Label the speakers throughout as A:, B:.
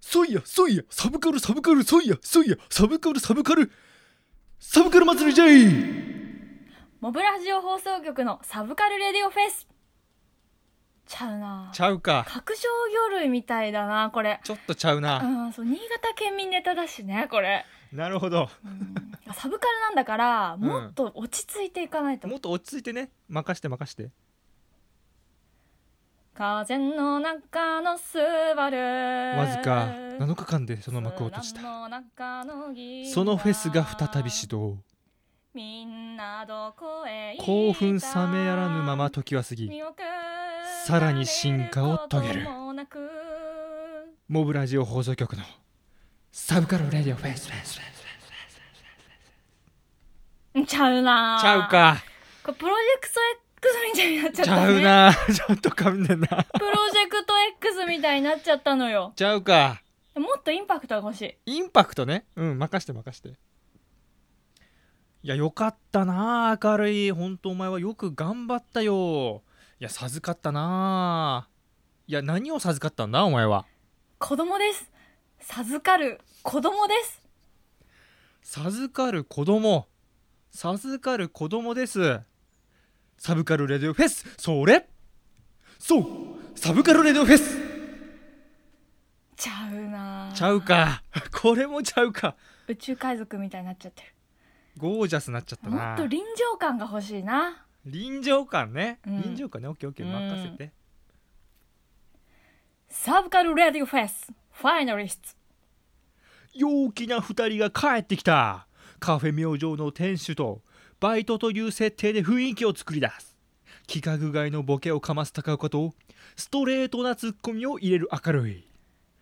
A: そういやそういやサブカルサブカルそういやそういやサブカルサブカルサブカル祭り J
B: モブラジオ放送局のサブカルレディオフェスちゃうな
C: ちゃうか
B: 各商業類みたいだなこれ
C: ちょっとちゃう
B: う
C: なん
B: そう新潟県民ネタだしねこれ、
C: なるほど
B: うん、サブカルなんだから
C: ん
B: もっと落ち着いていかないと、
C: もっと落ち着いてね任して任して
B: 風の中のスバル
C: わずか7日間でその幕を閉じ
B: 砂
C: た
B: の中の銀河
C: そのフェスが再び始動
B: みんなどこへ行った
C: 興奮冷めやらぬまま時は過ぎ
B: 見送られる
C: さらに進化を遂げる
B: こともなく
C: モブラジオ放送局のサブカルレディオフェスフェスフェス
B: ちゃうな
C: ちゃうか
B: これプロジェクト X みたいになっちゃっ
C: ち
B: た
C: ゃ
B: ね
C: うな ちょっと噛ん でんな
B: プロジェクト X みたいになっちゃったのよ
C: ちゃうか
B: もっとインパクトが欲しい
C: インパクトねうん任して任していやよかったな明るいほんとお前はよく頑張ったよいや授かったないや何を授かったんだお前は
B: 子供です授かる子供です
C: 授かる子供授かる子供ですサブカルレディオフェスそれそうサブカルレディオフェス
B: ちゃうな
C: ちゃうかこれもちゃうか
B: 宇宙海賊みたいになっちゃって
C: ゴージャスなっちゃった
B: るも
C: な
B: っと臨場感が欲しいな
C: 臨場感ね、
B: うん
C: 臨場感ねオッケーオッケー任せて、
B: サブカルレディオフェスファイナリスト
C: 陽気な2人が帰ってきたカフェ明星の店主とバイトという設定で雰囲気を作り出す規格外のボケをかます高岡とストレートなツッコミを入れる明るい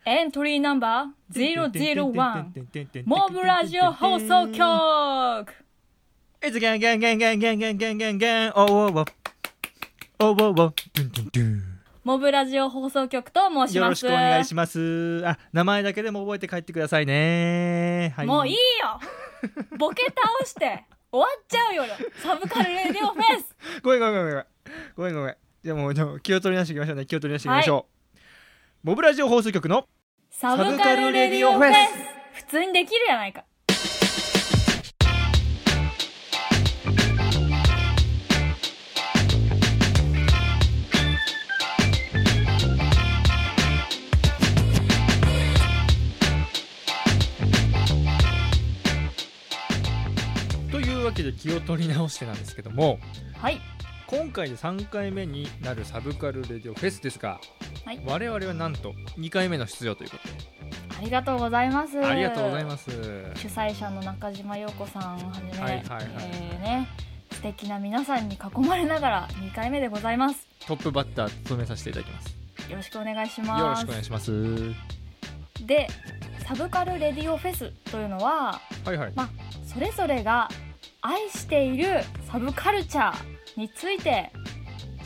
B: エントリーナンバー001モブラジオ放送局
C: いつゲンゲンゲンゲンゲンゲンゲンゲンゲンおおおおおおドゥンドゥンドゥン
B: モブラジオ放送局と申します
C: よろしくお願いしますあ名前だけでも覚えて帰ってくださいねは
B: もういいよボケ倒して終わっちゃうよサブカルレディオフェス
C: ごめんごめんごめんごめんごめんごめんじゃあもうでも気を取り直していきましょうね気を取り直していきましょう、モブラジオ放送局の
B: サ
C: ブカルレディオフェ
B: ス普通にできるやないか
C: というわけで気を取り直してなんですけども
B: はい
C: 今回で3回目になるサブカルレディオフェスですが、
B: はい
C: 我々はなんと2回目の出場ということ
B: ありがとうございます
C: でありがとうございますす
B: 主催者の中島陽子さんをはじめ、
C: はいはいはい
B: えーね素敵な皆さんに囲まれながら2回目でございます
C: トップバッター務めさせていただきます
B: よろしくお願いします
C: よろしくお願いします
B: でサブカルレディオフェスというのは
C: はいはい
B: それぞれが愛しているサブカルチャーについて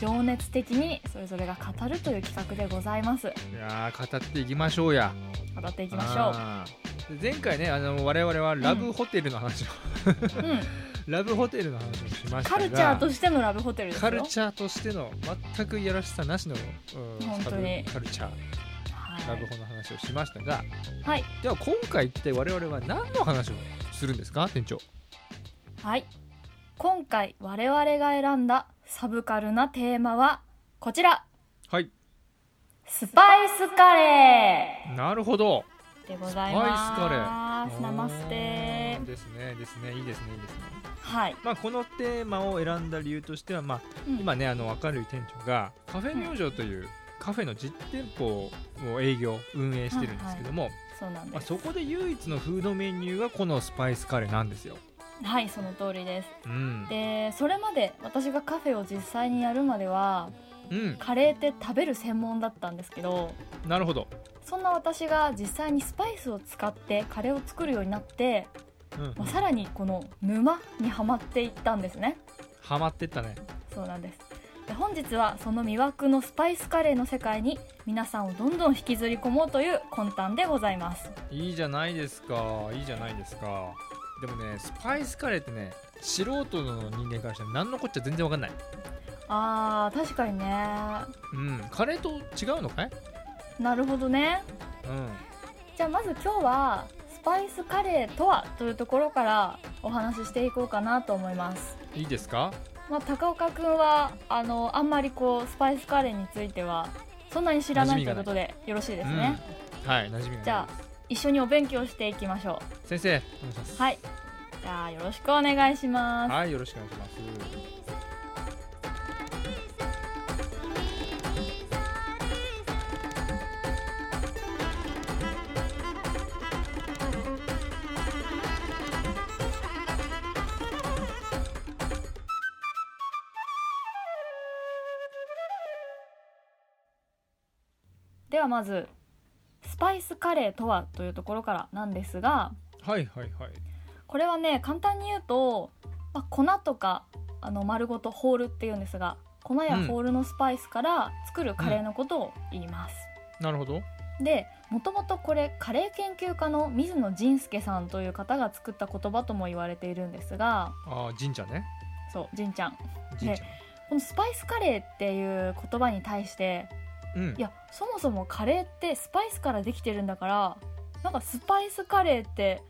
B: 情熱的にそれぞれが語るという企画でございます
C: いやー語っていきましょうや
B: 語っていきまし
C: ょう前回ねあの我々はラブホテルの話を、
B: ょう、うん、
C: ラブホテルの話をしました
B: カ
C: が
B: ルチャーとしてのラブホテルですよ
C: カルチャーとしての全くいやらしさなしの、うん
B: 本当に
C: サブカルチャーラ
B: は
C: ブ
B: い、
C: ホの話をしましたが
B: はい
C: では今回一体我々は何の話をするんですか店長
B: はい今回我々が選んだサブカルなテーマはこちら
C: はい
B: スパイスカレ
C: なるほど
B: ーでございます
C: スパイスカレー
B: ナマステ
C: うんですねですねいいですねいいですね
B: はい、
C: まあこのテーマを選んだ理由としてはまあ
B: うん
C: 今ねあの明るい店長がカフェ明星というカフェの実店舗を営業運営してるんですけども、
B: そうなん
C: まあ、
B: です
C: そこで唯一のフードメニューがこのスパイスカレーなんですよ
B: はいその通りです
C: うん
B: でそれまで私がカフェを実際にやるまでは
C: うん
B: カレーって食べる専門だったんですけど
C: なるほど、
B: そんな私が実際にスパイスを使ってカレーを作るようになって、
C: うん、
B: まあ、さらにこの沼にはまっていったんですね
C: ハマってったね
B: そうなんですで本日はその魅惑のスパイスカレーの世界に皆さんをどんどん引きずり込もうという魂胆でございます
C: いいじゃないですかいいじゃないですかでもねスパイスカレーってね素人の人間からしたら何のこっちゃ全然わかんない
B: あー確かにね
C: うんカレーと違うのかい
B: なるほどね
C: うん
B: じゃあまず今日はスパイスカレーとはというところからお話ししていこうかなと思います
C: いいですか
B: まあ高岡くんはあのあんまりこうスパイスカレーについてはそんなに知らないということでよろしいですね、
C: うん、はい馴染みが
B: じゃあ一緒にお勉強していきましょ
C: あ先生お願いします
B: うはいじゃあよろしくお願いします
C: はいよろしくお願いします
B: ではまずスパイスカレーとはというところからなんですが
C: はいはいはい
B: これはね簡単に言うと、まあ、粉とかあの丸ごとホールっていうんですが粉や
C: うん
B: ホールのスパイスから作るカレーのことを言います、
C: なるほど
B: でもともとこれカレー研究家の水野仁介さんという方が作った言葉とも言われているんですが
C: ああ神社ね
B: そう仁ちゃん
C: 神社、
B: このスパイスカレーっていう言葉に対して
C: うん
B: いやそもそもカレーってスパイスからできてるんだからなんかスパイスカレーって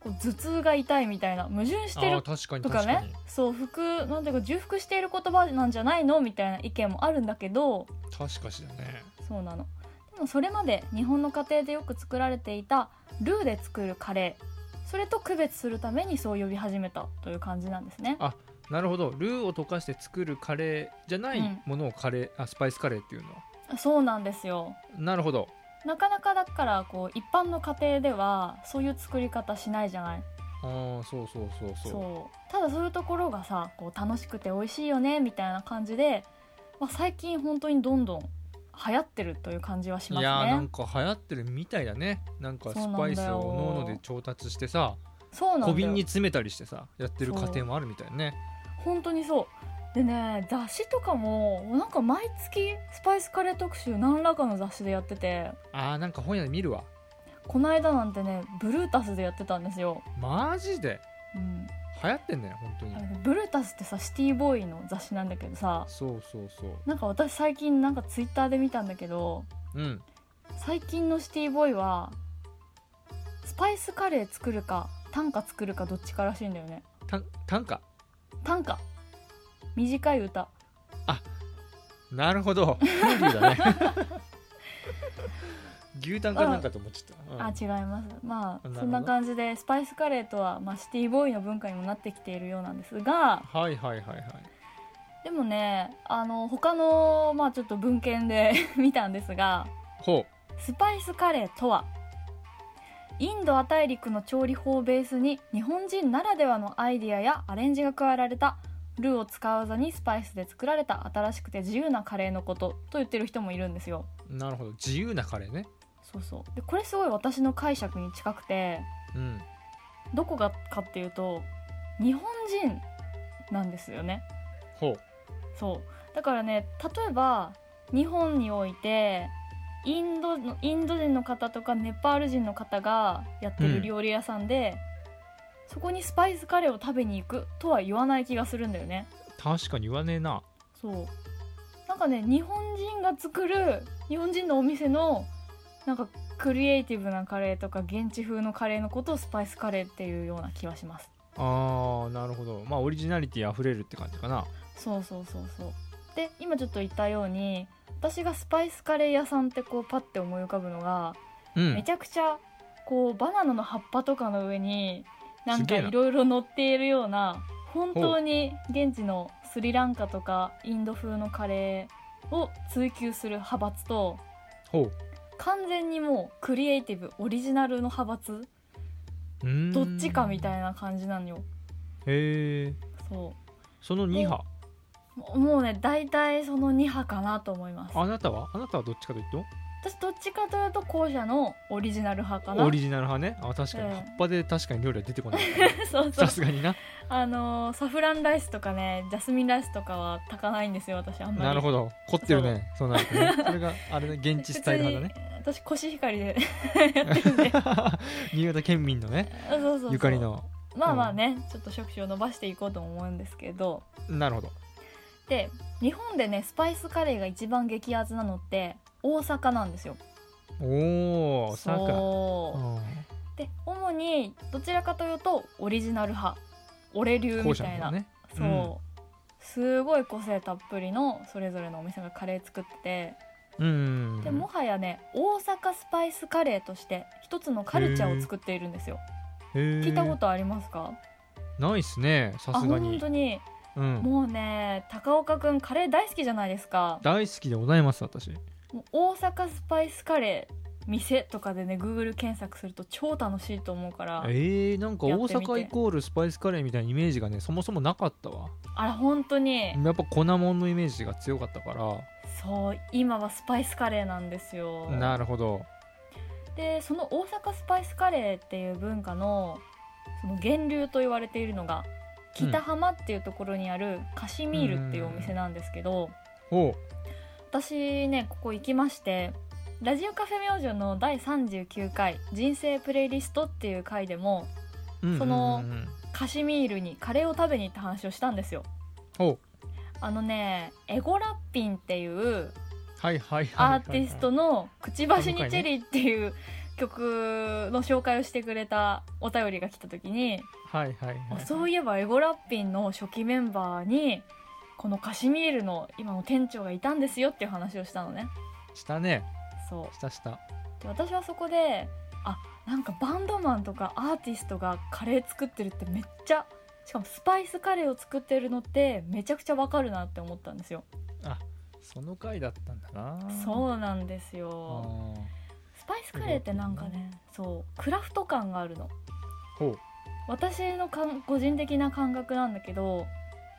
B: こう頭痛が痛いみたいな矛盾して
C: あ
B: る
C: ー確かに
B: とか
C: 確かに
B: ねそう服なんていうか重複している言葉なんじゃないのみたいな意見もあるんだけど
C: 確かしだね
B: そうなのでもそれまで日本の家庭でよく作られていたルーで作るカレーそれと区別するためにそう呼び始めたという感じなんですね
C: あなるほどルーを溶かして作るカレーじゃない
B: うん
C: ものをカレー、あスパイスカレーっていうのは
B: そうなんですよ
C: なるほど
B: なかなかだからこう一般の家庭ではそういう作り方しないじゃない
C: ああそうそうそうそう
B: そうただそういうところがさこう楽しくて美味しいよねみたいな感じで、まあ、最近本当にどんどん流行ってるという感じはしま
C: いやー
B: す
C: な
B: ね
C: んか流行ってるみたいだねなんかス
B: そうなんだよ
C: パイスを濃々で調達してさ
B: そうな
C: 小
B: んだ
C: 瓶に
B: よ
C: 詰めたりしてさやってる家庭もあるみたいね
B: 本当にそうでね雑誌とかもなんか毎月スパイスカレー特集何らかの雑誌でやってて
C: あーなんか本屋で見るわ
B: この間なんてねブルータスでやってたんですよ、
C: マジで
B: うん、
C: 流行ってんだよ本当に、
B: あれねブルータスってさシティボーイの雑誌なんだけどさ
C: そうそうそう
B: なんか私最近なんかツイッターで見たんだけど
C: うん
B: 最近のシティボーイはスパイスカレー作るか短歌作るかどっちからしいんだよね
C: た短歌
B: 短歌短い歌
C: なるほど風流だ ね牛タンかなんかと思っちゃった、うん
B: あ違いますま
C: なるほ
B: あ
C: ど
B: そんな感じでスパイスカレーとは、まあ、シティボーイの文化にもなってきているようなんですが
C: はいはいはいはい
B: でもねあの他のまあちょっと文献で 見たんですが
C: ほ
B: スパイスカレーとはインド亜大陸の調理法をベースに日本人ならではのアイディアやアレンジが加えられたルーを使わずにスパイスで作られた新しくて自由なカレーのことと言ってる人もいるんですよ
C: うなるほど自由なカレーね
B: そうそうでこれすごい私の解釈に近くて
C: うん
B: どこがかっていうと日本人なんですよね
C: ほ
B: そうだからね例えば日本においてインドのインド人の方とかネパール人の方がやって
C: う
B: る
C: ん
B: 料理屋さんで、そこにスパイスカレーを食べに行くとは言わない気がするんだよね
C: う確かに言わねえな
B: そうなんかね日本人が作る日本人のお店のなんかクリエイティブなカレーとか現地風のカレーのことをスパイスカレーっていうような気はします
C: あーなるほどまあオリジナリティあふれるって感じかな
B: そうそうそうそうで今ちょっと言ったように私がスパイスカレー屋さんってこうパッて思い浮かぶのが、
C: う
B: め
C: ん
B: ちゃくちゃこうバナナの葉っぱとかの上になん
C: すげ
B: か
C: えない
B: ろいろ乗っているような本当に現地のスリランカとかインド風のカレーを追求する派閥と
C: ほ
B: 完全にもうクリエイティブオリジナルの派閥
C: ううーん
B: どっちかみたいな感じなのよ
C: へえ
B: そ
C: その2派
B: うももうね大体その2派かなと思います
C: あなたはあなたはどっちかというと
B: 私どっちかというと後者のオリジナル派かな
C: オリジナル派ねあ確か
B: うん
C: に葉っぱで確かに料理は出てこない
B: そうそう
C: さすがにな
B: あのーサフランライスとかねジャスミンライスとかは炊かないんですよ私あんまり
C: なるほど凝ってるねそうなるとねそれがあれね現地スタイル派だね
B: 普通に私コシヒカリで
C: 新潟県民のね
B: そうそうそう
C: ゆかりの
B: まあまあね、ちょっと食種を伸ばしていこうと思うんですけど
C: なるほど
B: で日本でねスパイスカレーが一番激アツなのって大阪なんですよ
C: おおサッカー
B: そうで主にどちらかというとオリジナル派俺流
C: 後
B: み
C: 者
B: た
C: の
B: いな、
C: 方ね
B: そう、すごい個性たっぷりのそれぞれのお店がカレー作って
C: うん
B: てでもはやね大阪スパイスカレーとして一つのカルチャーを作っているんですよ聞
C: 聞
B: いたことありますか
C: ないっすねさ
B: あ
C: すが
B: 本
C: に
B: 当に
C: うん
B: もうね高岡くんカレー大好きじゃないですか
C: 大好きでございます私
B: もう大阪スパイスカレー店とかでね Google 検索すると超楽しいと思うから
C: えー、なんか大
B: やってみ
C: 阪
B: て
C: イコールスパイスカレーみたいなイメージがねそもそもなかったわ
B: あら本当に
C: やっぱ粉もんのイメージが強かったか
B: そう今はスパイスカレーなんですよ
C: らなるほど
B: でその大阪スパイスカレーっていう文化のその源流と言われているのが
C: うん
B: 北浜っていうところにあるカシミールっていうお店なんですけど、
C: おう
B: 私ねここ行きましてラジオカフェ明星の第39回「人生プレイリスト」っていう回でも
C: うんうんうんうん
B: そのカシミールにカレーを食べに行った話をしたんですよ
C: おう
B: あのねエゴラッピンっていう
C: はいはいはいはい、は
B: ア
C: い、
B: ーティストの「くちばしにチェリー」っていう曲の紹介をしてくれたお便りが来た時に
C: はいはいはい
B: あそういえばエゴラッピンの初期メンバーにこのカシミールの今の店長がいたんですよっていう話をしたのね
C: したね
B: そう
C: したした
B: で私はそこであなんかバンドマンとかアーティストがカレー作ってるってめっちゃしかもスパイスカレーを作ってるのってめちゃくちゃわかるなって思ったんですよ
C: その回だったんだな
B: そうなんです
C: うん
B: よスパイスカレーってなんかねそうクラフト感があるの
C: ほう
B: 私のかん個人的な感覚なんだけど、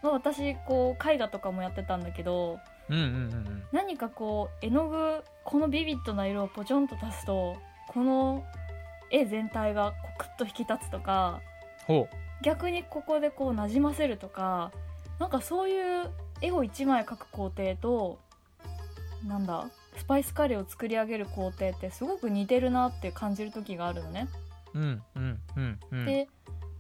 B: まあ、私こう絵画とかもやってたんだけど
C: うんうんうんうん
B: 何かこう絵の具このビビッドな色をポチョンと足すとこの絵全体がこうクッと引き立つとか
C: ほう
B: 逆にここでこうなじませるとかなんかそういう絵を1枚描く工程となんだスパイスカレーを作り上げる工程ってすごく似てるなって感じる時があるのね。
C: うんうんうんうん
B: で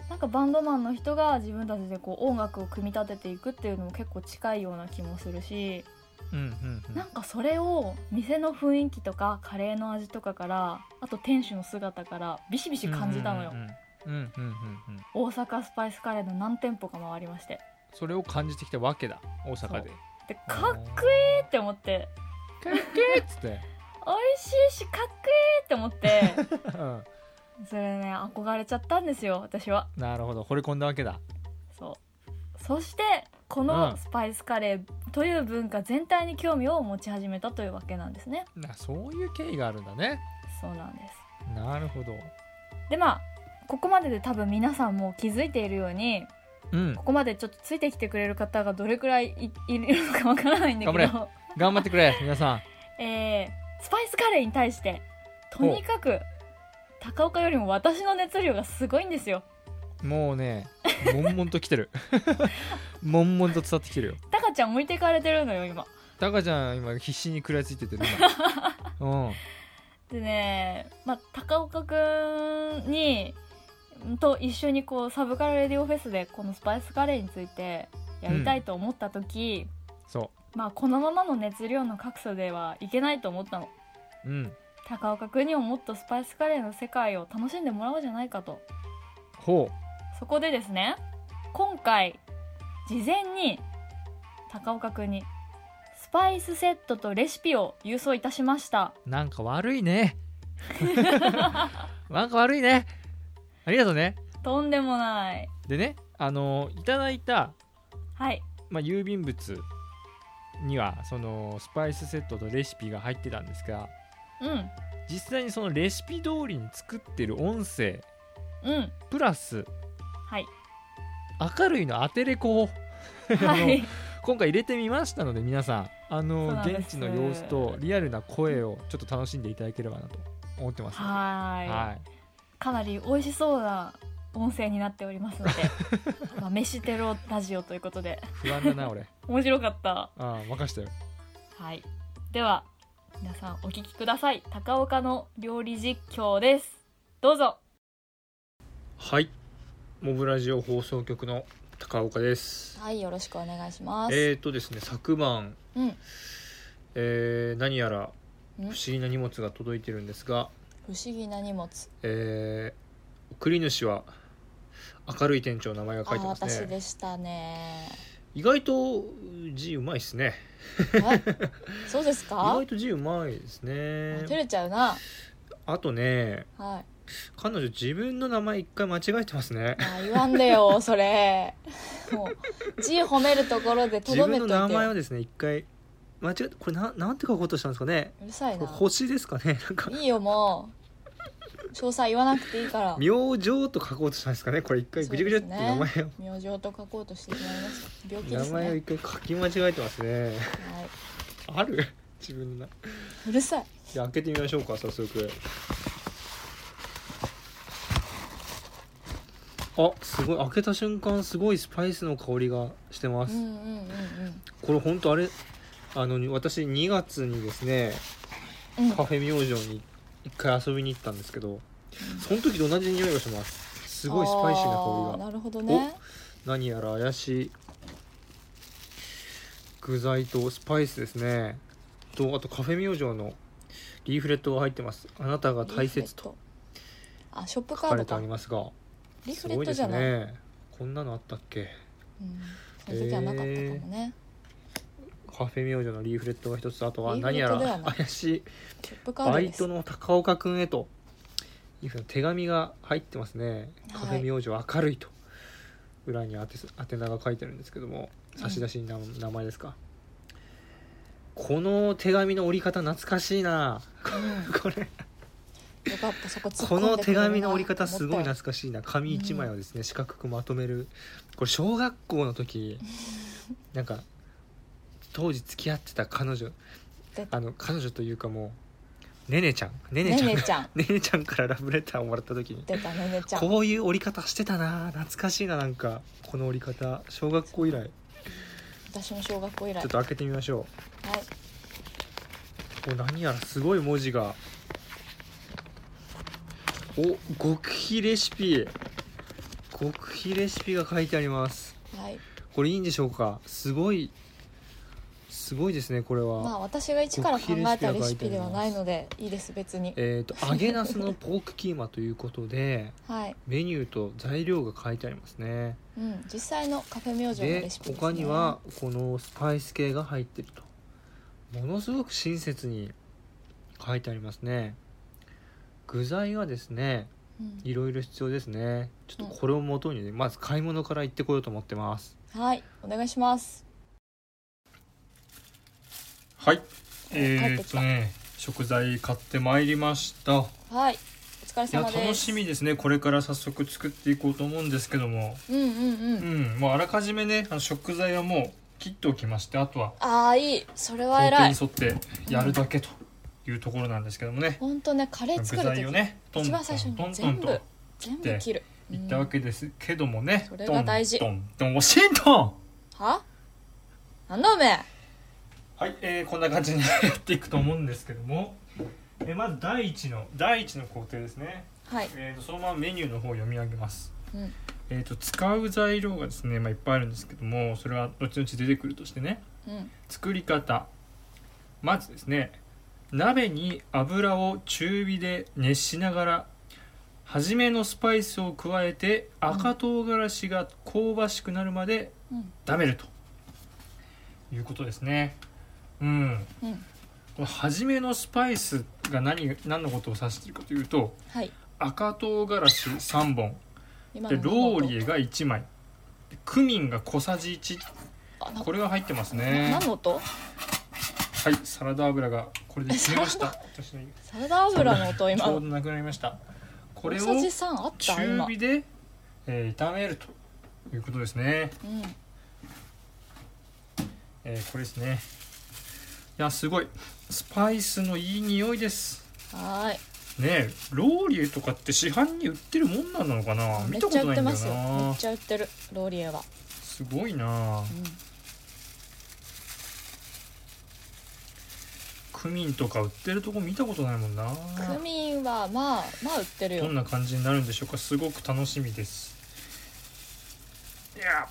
B: なんかバンドマンの人が自分たちでこう音楽を組み立てていくっていうのも結構近いような気もするし
C: うんうんうん
B: なんかそれを店の雰囲気とかカレーの味とかからあと店主の姿からビシビシ感じたのよ
C: うんうんうんうんうんうん
B: 大阪スパイスカレーの何店舗か回りまして
C: それを感じてきたわけだ大阪で
B: でかっこいいって思って
C: かっけーっつって
B: 美味しいしかっこいいって思っ て
C: うん
B: それね憧れちゃったんですよ私は
C: なるほど惚れ込んだわけだ
B: そうそしてこ
C: うん
B: のスパイスカレーという文化全体に興味を持ち始めたというわけなんですね
C: なそういう経緯があるんだね
B: そうなんです
C: なるほど
B: でまあここまでで多分皆さんもう気づいているように
C: うん
B: ここまでちょっとついてきてくれる方がどれくらいいいるのかわからないんだけ
C: 頑
B: ど、
C: 頑張ってくれ皆さ
B: えースパイスカレーに対してとにかく高岡よりも私の熱量がすごいんですよ
C: んもうね悶々と来てる 悶々と伝わってきてるよ
B: タカちゃん置いていかれてるのよ今
C: タカちゃん今必死に食らいついててる今うん
B: でね、まあ、高岡くんにんと一緒にこうサブカルレディオフェスでこのスパイスカレーについてやりたいと思った時、
C: そ
B: まあこのままの熱量の格差ではいけないと思ったの
C: ううん
B: 高岡くんにももっとスパイスカレーの世界を楽しんでもらおうじゃないかと
C: ほ
B: そこでですね今回事前に高岡くんにスパイスセットとレシピを郵送いたしました
C: うなんか悪いね なんか悪いねありがとうね
B: とんでもない
C: でねあのいただいた
B: はい
C: まあ、郵便物にはそのスパイスセットとレシピが入ってたんですが
B: うん
C: 実際にそのレシピ通りに作ってる音声
B: うん
C: プラス
B: はい
C: 明るいのアテレコをあ
B: は
C: の
B: い、
C: 今回入れてみましたので皆さんあ
B: そうな
C: の
B: んです
C: 現地の様子とリアルな声をちょっと楽しんでいただければなと思ってます
B: はーい
C: は
B: かなり美味しそうな音声になっておりますのでまあ飯テロラジオということで
C: 不安だな俺
B: 面白かった
C: ああ任したよ
B: はいでは皆さんお聞きください高岡の料理実況ですどうぞ
C: はいモブラジオ放送局の高岡です
B: はいよろしくお願いします
C: っとですね昨晩
B: うん
C: えー何やら
B: ん
C: 不思議な荷物が届いてるんですが、
B: 不思議な荷物
C: えー送り主は明るい店長の名前が書
B: あ
C: いてます
B: 私
C: ね
B: でし たね
C: 意外と字うまいっすね
B: はいそうです
C: 意
B: か
C: 外と字うまいです
B: 照
C: ね
B: れちゃうな
C: あとね
B: はい
C: 彼女自分の名前一回間違えてますね
B: あ言わん でよそれもう字褒めるところで と
C: 自
B: ど
C: 分
B: めと
C: の
B: いてよ
C: 名前をですね一回間違えてこれななんて書こうとしたんですかね
B: うるさい
C: これ
B: な
C: 星ですかね なんか
B: いいよもう詳細言わなくていいから
C: 明星と書こうとしたんですかねこれ一回ぐちゃぐちゃって名
B: そう
C: 前
B: で
C: を、
B: 明星と書こうとしてしまいました病気で
C: 名
B: すね、
C: 前
B: は
C: を
B: い
C: 一回書き間違えてますねある 自分の名
B: うるさい
C: じゃあ開けてみましょうか早速あすごい開けた瞬間すごいスパイスの香りがしてま
B: う
C: す、
B: んうんうんうん
C: これ本当あれあの私2月にですね
B: うん
C: カフェ明星に一回遊びに行ったんですけどその時と同じ匂いがしますすごいスパイシーな
B: あ
C: 香りが
B: なるほどね
C: 何やら怪しい具材とスパイスですねとあとカフェ明星のリーフレットが入ってますあなたが大切と
B: リーフレットあショップ
C: 書か
B: カー
C: れ
B: ド
C: てあ
B: か
C: りますが
B: リー
C: す
B: フレ
C: ご
B: ッ
C: い
B: ト
C: で
B: じゃ
C: す
B: ない、
C: ねこんなのあったっけ
B: うん、その時はなかったかもね、
C: カフェ明星のリーフレットが一つあとは
B: リーフ
C: 何
B: レッ
C: や
B: トではない
C: ら怪しい
B: ショップカード
C: バイ
B: です
C: トの高岡くんへというふうな手紙が入ってますね「
B: は
C: カ
B: い
C: フェ明星明るい」と裏に宛て宛名が書いてるんですけども
B: うん
C: 差出人の名前ですか、この手紙の折り方懐かしいな
B: う
C: これ
B: ん、よかったそこ突っ込
C: こ
B: んでくれるな
C: の手紙の折り方すごい
B: 思っ
C: 懐かしいな紙一枚をですね四角くまとめるこれ小学校の時なんか当時付き合ってた彼女
B: たよ
C: あの彼女というかもうねねちゃんねね
B: ね
C: ちゃん
B: ね
C: が
B: ちゃん
C: ねねちゃんからラブレターをもらった時に
B: 出たねねちゃん
C: こういう折り方してたな懐かしいななんかこの折り方小学校以来
B: 私の小学校以
C: ち
B: 来
C: ょっと開けてみましょ
B: はい、
C: うお何やらすごい文字がお極秘レシピ極秘レシピが書いてあります
B: はい、
C: これいいんでしょうかすごいすごいですねこれは、
B: まあ私が一から考えたレシピではないのでいいです別に
C: えっ、と揚げなすのポークキーマということで
B: はい、
C: メニューと材料が書いてありますね
B: うん、実際のカフェ明星の
C: で
B: レシピです、ね、
C: 他にはこのスパイス系が入ってるとものすごく親切に書いてありますね具材はですね
B: うん、
C: いろいろ必要ですねちょっとこれを元にねまず買い物から行ってこようと思ってます
B: はいお願いします
C: はい
B: えーっと
C: ね食材買ってまいりました
B: はいお疲れ様です
C: ですねこれから早速作っていこうと思うんですけども
B: うんうんうん、
C: んもうあらかじめね食材はもう切っておきましてあとは
B: ああいいそれは
C: 工程
B: 偉
C: に
B: い
C: 沿ってやるだけというところなんですけどもね、
B: ほんとねカレー
C: 具
B: 作る
C: 材を
B: 時、
C: ねトント
B: 一
C: ン
B: 番最初に
C: トント
B: 全
C: ン
B: 部
C: と切っ
B: 全部
C: て
B: 切る
C: いったわけですけどもね、
B: それが大事
C: トントントンおしんとん
B: うんはなんだおめえ
C: はい、えーこんな感じにやっていくと思うんですけども、えーまず第一の第一の工程ですね、
B: はい
C: えー、とそのままメニューの方を読み上げます、
B: うん
C: えー、と使う材料がですね、まあ、いっぱいあるんですけどもそれは後々出てくるとしてね、
B: うん
C: 作り方まずですね鍋に油を中火で熱しながら初めのスパイスを加えて赤唐辛子が香ばしくなるまで
B: うん
C: 炒めるということですねうん
B: うん
C: この初めのスパイスが何何のことを指しているかというと
B: はい
C: 赤唐辛子3本
B: 今
C: で
B: の
C: ローリエが1枚でクミンが小さじ1
B: あな
C: これが入ってます
B: な
C: ね
B: 何の音
C: はい、サラダ油がこれで切れま した。私の
B: サラダ油の音今
C: ちょうどなくなりました。これを
B: 大さじ3あった
C: 中
B: 今、
C: 火で、えー炒めるということですね。
B: うん、
C: えーこれですね。いやすごいスパイスのいい匂いです。
B: はーい
C: ねえローリエとかって市販に売ってるもんなんなのかな見
B: めった
C: こ
B: ちゃ
C: とな
B: 売っ
C: い
B: て
C: んだ
B: ま
C: よ
B: すよめ
C: な
B: っちゃ売ってるローリエは、
C: すごいな
B: うん、
C: クミンとか売ってるとこ見たことないもんな
B: クミンはまあまあ売ってるよ
C: どんな感じになるんでしょうかすごく楽しみですいや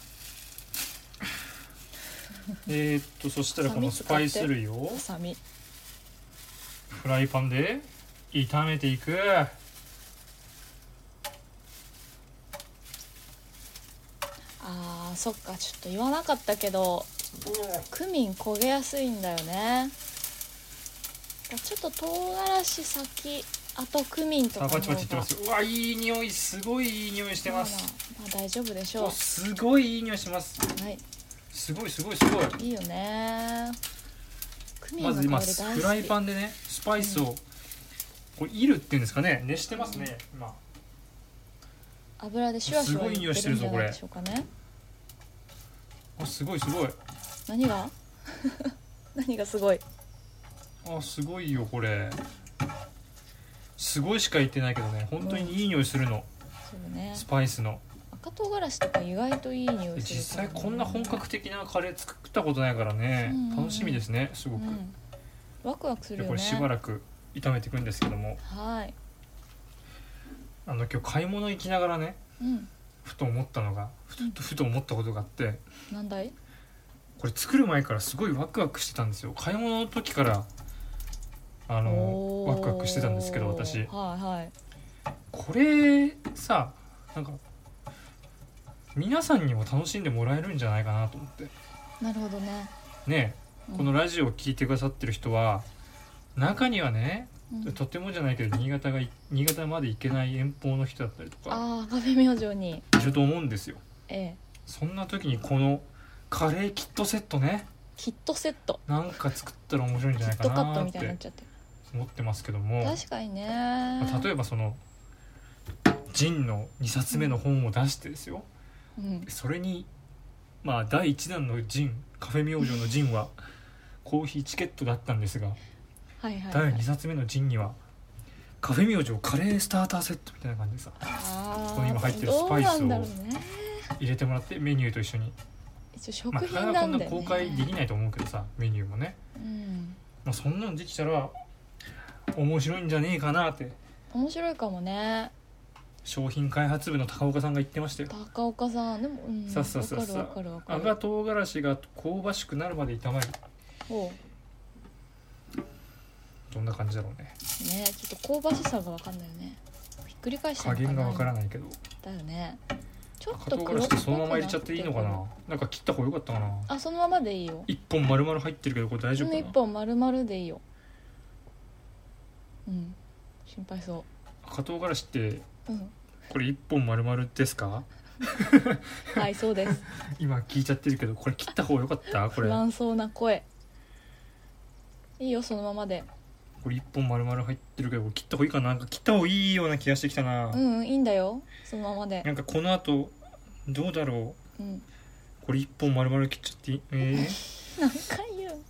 C: えーっとそしたらこのスパイス類を
B: ハサミ
C: フライパンで炒めていく
B: あーそっかちょっと言わなかったけどクミン焦げやすいんだよねちょっと唐辛子先あとクミンとか
C: あ
B: の方
C: パチパ
B: が
C: チいってますようわいい匂いすごいいい匂いしてます
B: まあまあ大丈夫でしょ
C: おすごいいい匂いします
B: うはい
C: すごいすごいすごい
B: いいよねクミン
C: ま
B: の
C: ず今
B: 香り
C: フ
B: 大好き
C: ライパンでねスパイスをこれいるっていうんですかね熱してますね今
B: 油でシュワシュワ
C: すごい匂
B: い
C: いし
B: っ
C: てて
B: る
C: る
B: んじ
C: ぞ
B: ゃ
C: こ
B: な
C: れ
B: いでしょうかね
C: あすごいすごい
B: 何が 何がすごい
C: あすごいよこれすごいしか言ってないけどね本当にいい匂いするの
B: そうね
C: スパイスの
B: 赤唐辛子とか意外といい匂いするから、
C: 実際
B: ね、
C: こんな本格的なカレー作ったことないからね
B: うん
C: 楽しみですねすごく
B: うん、ワクワクする
C: で
B: よ
C: こ
B: ね
C: れしばらく炒めていくんですけども
B: はい、
C: あの今日買い物行きながらね
B: うん、
C: ふと思ったのがふとふと思ったことがあって
B: 何だい
C: これ作る前からすごいワクワクしてたんですよ買い物の時からあの
B: おー
C: ワクワクしてたんですけど私
B: はいはい
C: これさなんか皆さんにも楽しんでもらえるんじゃないかなと思って
B: なるほどね、
C: ねえこのラジオを聞いてくださってる人は中にはね
B: うん、
C: とてもじゃないけど新潟がい新潟まで行けない遠方の人だったりとか
B: ああカフェ明星に
C: いると思うんですよ
B: ええ
C: そんな時にこのカレーキットセットね
B: キットセット
C: なんか作ったら面白いんじ
B: キ
C: ゃない
B: ッ
C: か
B: トカッ
C: な
B: ト
C: っ
B: みたいになってちゃってる
C: 思ってますけども
B: 確かにね
C: まあ例えばそのジンの2冊目の本を出してですよ
B: うん
C: それにまあ第1弾のジンカフェ明星のジンはコーヒーチケットだったんですが
B: はいはい、は
C: 第
B: い
C: 2、冊目のジンにはカフェ明星カレースターターセットみたいな感じでさ
B: あ
C: ここに今入ってる
B: ー
C: スパイスを
B: どうなんだろうね
C: 入れてもらってメニューと一緒に、
B: 一応
C: まあ、
B: 食
C: なかなか
B: 品な
C: こん
B: ん
C: な
B: で、ね
C: 公開できないと思うけどさメニューもね、
B: うん
C: まあ、そんなのできたら面白いんじゃねえかなって
B: 面白いかもね
C: 商品開発部の高岡さんが言ってましたよ
B: 高岡さんでもうん
C: さっさっさっさ
B: わかるわかるわか
C: 赤
B: る
C: 唐辛子が香ばしくなるまで炒める
B: おう
C: どんな感じだろうね
B: ねちょっと香ばしさがわかんないよねひっくり返した
C: 加減がわから
B: ん
C: ないけど
B: だよねちょっ
C: 赤
B: と
C: 唐辛
B: 黒
C: 子
B: っ
C: って
B: ぽく
C: そのまま入れちゃっていいのかな
B: っ
C: なんか切った方が良かったかな
B: てくるあそのままでいいよ
C: 一本丸々入ってるけどこれ大丈夫
B: の
C: か
B: 一
C: な
B: 本丸々でいいようん心配そ
C: 赤唐辛子って
B: ううん
C: これ一本丸々ですか
B: はいそうです
C: 今聞いちゃってるけどこれ切った方が良かった これ
B: 不安そうな声いいよそのままで
C: これ一本丸々入ってるけどこれ切った方がいいかななんか切った方がいいような気がしてきたな、
B: うんうんいいんだよそのままで
C: なんかこの後どうだろ
B: うん
C: うこれ一本丸々切っちゃっていいえー
B: 何回言うん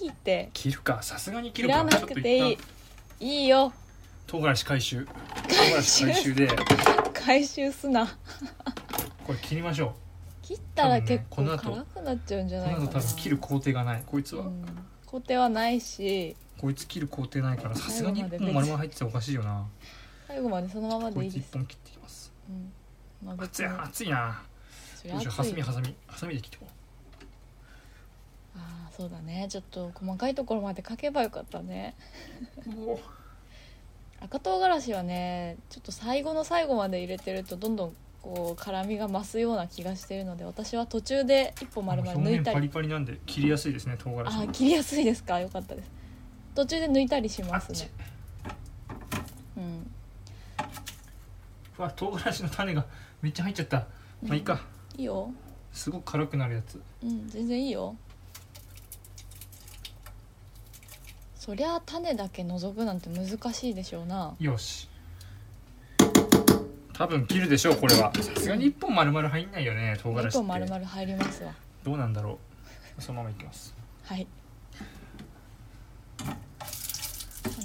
B: いいって
C: 切るかさすがに切
B: い
C: るからな
B: なくていいいいよ
C: 唐辛子回収唐辛子回収で
B: 回収すな
C: これ切りましょ
B: 切ったら結
C: 多分ね
B: 構
C: この
B: 辛くなっちゃうんじ
C: う
B: ゃ
C: こ
B: な
C: の
B: いか
C: 後
B: な
C: 多分切る工程がないこいつは、
B: うん工程はないし
C: こいつ切る工程ないからさすがに
B: 最後まで
C: 1本丸々入ってたらおかしいよな
B: 最後までそのまま
C: こ
B: でい
C: い
B: い
C: つ
B: で
C: 1
B: す
C: 本切っていきます
B: うんまあ
C: 熱
B: 別
C: い
B: に
C: 熱いな
B: それ
C: どうしようハ
B: 熱
C: サ
B: い
C: ミハサミハサミで切ってこ
B: ああそうだねちょっと細かいところまで書けばよかったね
C: ううお
B: 赤唐辛子はねちょっと最後の最後まで入れてるとどんどんこう辛みが増すような気がしてるので私は途中で一本丸々
C: 表
B: 抜い
C: 面
B: た
C: パリ
B: り
C: パリなんで切りやすいですね唐辛子
B: あ
C: も
B: あ切りやすいですかよかったです途中で抜いたりします
C: あっち
B: ねうん
C: うわ唐辛子の種がめっちゃ入っちゃったまあいいか
B: いいよ
C: すごく辛くなるやつ
B: うん全然いいよそりゃあ種だけ除くなんて難しいでしょうな
C: よし多分切るでしょうこれはさすがに1本丸々入んないよね唐辛
B: 一
C: 子
B: 本丸
C: って
B: 々入りますわ
C: どうなんだろうそのままいきます
B: はい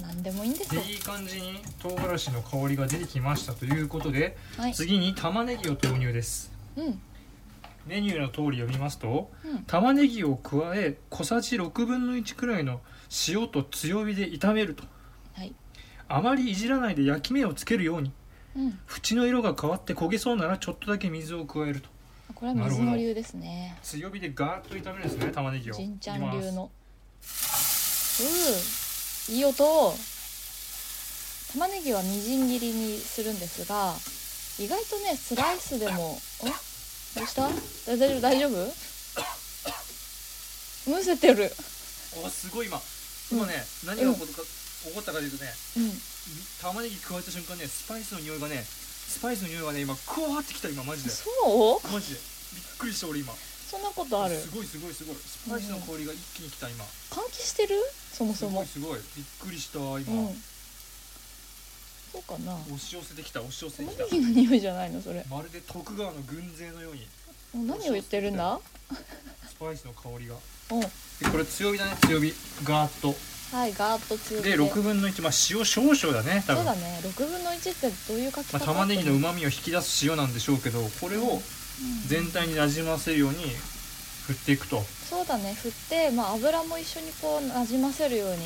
B: 何でもいいんです
C: で
B: よ
C: いい感じに唐辛子の香りが出てきましたということで
B: はい
C: 次に玉ねぎを投入です
B: うん
C: メニューの通り読みますと、
B: うん
C: 玉ねぎを加え小さじ6分の1くらいの塩と強火で炒めると
B: はい
C: あまりいじらないで焼き目をつけるように
B: うん
C: 縁の色が変わって焦げそうならちょっとだけ水を加えると
B: これは水の流ですね
C: 強火でガーッと炒めるんですね玉ねぎを
B: じんちゃん流のうーいい音を玉ねぎはみじん切りにするんですが意外とねスライスでもおどうした大丈 夫大丈夫むせてる
C: あすごい今
B: 今
C: ね、何
B: が起こ
C: ったか起こったかというとね
B: うん
C: 玉ねぎ加えた瞬間ねスパイスの匂いがねスパイスの匂いがね今クワーってきた今マジで
B: そう
C: マジでびっくりした俺今
B: そんなことある
C: すごいすごいすごいスパイスの香りが一気にきた今
B: 換気してるそも
C: す
B: そ
C: ご
B: も
C: いすごいびっくりした
B: う
C: 今
B: んそうかな
C: 押し寄せてきた押し寄せて
B: 玉
C: き
B: ね
C: た
B: ぎの匂いじゃないのそれ
C: まるで徳川の軍勢のように
B: 何を言ってるんだ
C: スパイスの香りが
B: うん
C: でこれ強火だね強火ガーッと
B: はいガーッと強火
C: で6分の1まあ塩少々だね多
B: そう
C: 分、ま
B: だね6分の1ってどういう書き
C: あ、
B: 方
C: 玉ねぎの旨味を引き出す塩なんでしょうけどこれを全体になじませるように振っていくと
B: そうだね振って、まあ、油も一緒にこうなじませるように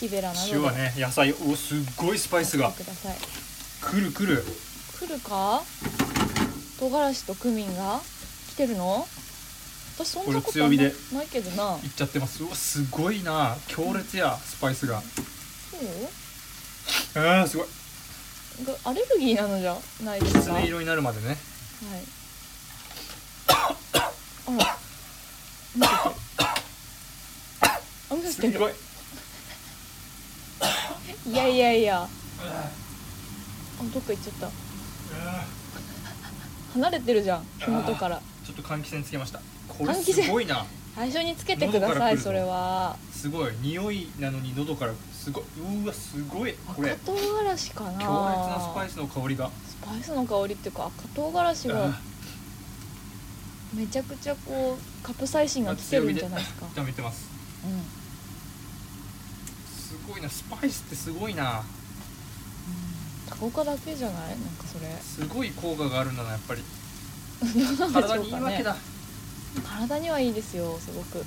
B: 木べらなどで
C: 塩はね野菜おすっごいスパイスが
B: 振ってください
C: くるくる
B: 来るか唐辛子とクミンが来てるの私そんなこ
C: これ
B: と
C: 強
B: あんま
C: 火で
B: ないけどない
C: っちゃってますうわすごいな強烈やスパイスが
B: そう
C: ああすごい
B: がアレルギーなのじゃないで
C: き
B: す
C: つ
B: か
C: ね色になるまでね
B: はい。 あら。むせてる。あ、むせ
C: す
B: てる。
C: ごい
B: いやいやいや。あ、どっか行っちゃった。
C: あ
B: 離れてるじゃん。火元から。
C: ーちょっと換気扇つけましたこれ
B: 換気扇
C: すごいな
B: 最初につけてくだ
C: 喉から
B: さ
C: 来
B: い。
C: るぞ
B: それは。
C: すごい匂いなのに喉からすごいうわすごいこ
B: 赤
C: れ
B: 唐辛子かな。
C: 強烈なスパイスの香りが
B: スパイスの香りっていうか、赤唐辛子が
C: あ。
B: めちゃくちゃこう、カプサイシンが来てるんじゃないですか。
C: ー炒めてます
B: うん。
C: すごいなスパイスってすごいな
B: 高岡だけじゃない。なんかそれ。
C: すごい効果があるんだなやっぱり
B: どうなんで
C: 体
B: しょ
C: に
B: う
C: いい
B: か
C: わけ
B: ね。
C: だ
B: 体にはいいですよ。すごく。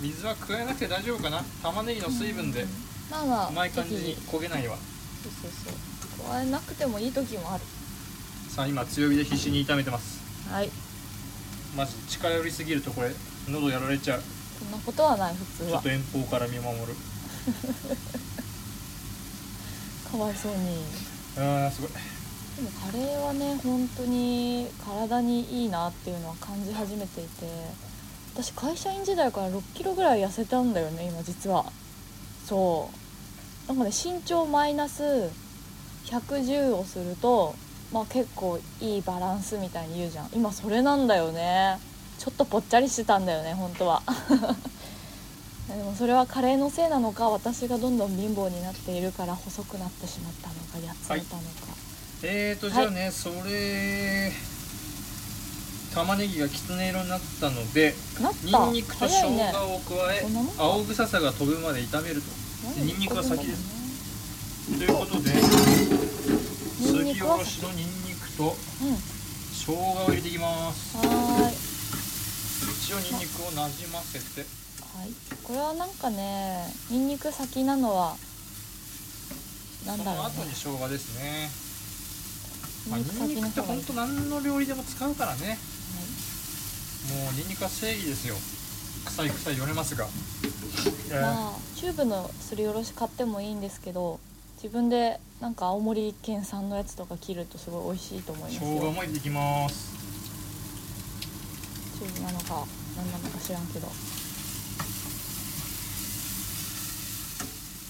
C: 水は加えなくて大丈夫かな玉ねぎの水分で
B: まあまあ。
C: うまい感じ
B: 適宜
C: に焦げないわ
B: そうそうそう加えなくてもいい時もある
C: さあ今強火で必死に炒めてます
B: はい
C: マジ近寄りすぎるとこれ喉やられちゃう
B: そんなことはない普通
C: ちょ
B: は
C: っと遠方から見守る
B: かわいそうに
C: あーすごい
B: でもカレーはね本当に体にいいなっていうのは感じ始めていて私会社員時代から6キロぐらい痩せたんだよね今実はそうなんかね身長マイナス110をするとまあ結構いいバランスみたいに言うじゃん今それなんだよねちょっとぽっちゃりしてたんだよね本当は でもそれはカレーのせいなのか私がどんどん貧乏になっているから細くなってしまったのかやつれたのか、
C: えーとじ
B: はい
C: ゃあね、それ玉ねぎがきつね色になったので
B: なった
C: ニンニクと生
B: 早
C: 姜
B: いね
C: を加え、
B: こんなもんか
C: 青臭さが飛ぶまで炒めるとニンニクが先ですということです
B: ニンニ
C: り
B: ク
C: お
B: は
C: ろしのニンニクと
B: うん
C: 生姜を入れていきます
B: はーい
C: 一応ニンニクをなじませて
B: はいこれはなんかねニンニク先なのはな
C: そ
B: んだ
C: の
B: ろう
C: 後に
B: ね
C: 生姜ですねまあ
B: ニン
C: ニ
B: ニク
C: ンニク
B: 先の
C: って
B: 方がい
C: 本
B: い
C: 当何の料理でも使うからね
B: はい
C: もうニンニクは正義ですよ臭い臭い言われますが、えー
B: まあチューブのすりおろし買ってもいいんですけど自分でなんか青森県産のやつとか切るとすごい美味しいと思います
C: 生
B: よ
C: 姜も入れていきます
B: チューブなのか何なのか知らんけど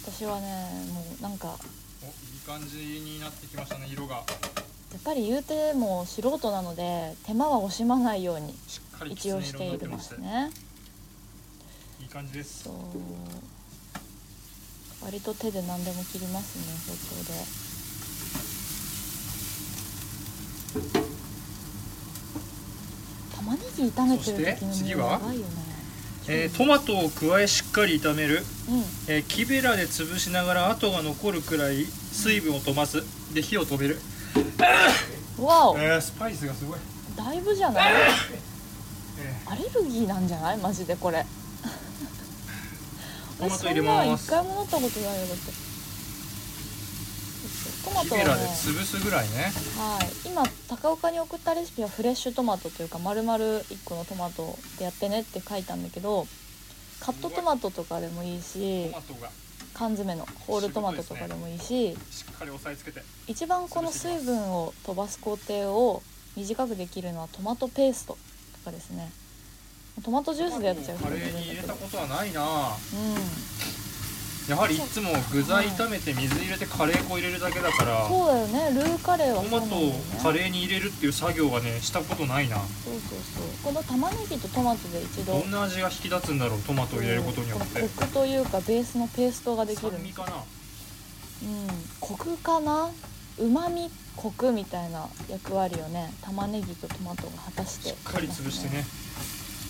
B: 私はねもうなんか
C: おいい感じになってきましたね色が
B: やっぱり言うても素人なので手間は惜しまないように
C: しっかりきつ
B: 一応
C: ね
B: し
C: 色に
B: て
C: なっ
B: い
C: て
B: るん
C: ま
B: で
C: して
B: すね
C: いい感じです
B: そう割と手で何でも切りますね包丁で玉ねぎ炒めてる時の
C: そして
B: 匂
C: 次
B: いや
C: は
B: ばいよね
C: えートマトを加えしっかり炒める、
B: うん
C: えー木べらで潰しながら跡が残るくらい水分を飛ばすで火を止める、
B: わお
C: えースパイスがすごい、
B: だいぶじゃない
C: え
B: アレルギーなんじゃないマジ でこれ
C: トマト入れ
B: 俺
C: ます
B: そんなん一回もなったことないよだってトマ
C: ー木
B: ト
C: べ
B: は
C: らで
B: ね
C: 潰すぐらいね
B: はい、今高岡に送ったレシピはフレッシュトマトというか丸々1個のトマトでやってねって書いたんだけどカットトマトとかでもいい
C: ト
B: し
C: マトが
B: 缶詰のホールトマトとかでもいいし、
C: しっかり押さえつけて
B: 一番この水分を飛ばす工程を短くできるのはトマトペーストとかですねトマトジュースでやっちゃう人
C: カ
B: も
C: レ
B: いるん
C: ー
B: だ
C: に入れ
B: け
C: た
B: ど
C: ことはないな
B: うん
C: やはりいつも具材炒めて水入れてカレー粉入れるだけだからト
B: そうだよねルーカレーはそう
C: マ
B: なん
C: ト
B: だよ
C: を
B: ね
C: カレーに入れるっていう作業がねしたことないな
B: そうそうそうこの玉ねぎとトマトで一度
C: どんな味が引き立つんだろうトマトを入れることによっ
B: この
C: て
B: コクというかベースのペーストができ
C: 酸
B: るん
C: 味
B: です
C: かな
B: うんコクかなうまみコクみたいな役割をね玉ねぎとトマトが果たして
C: しっかり潰してね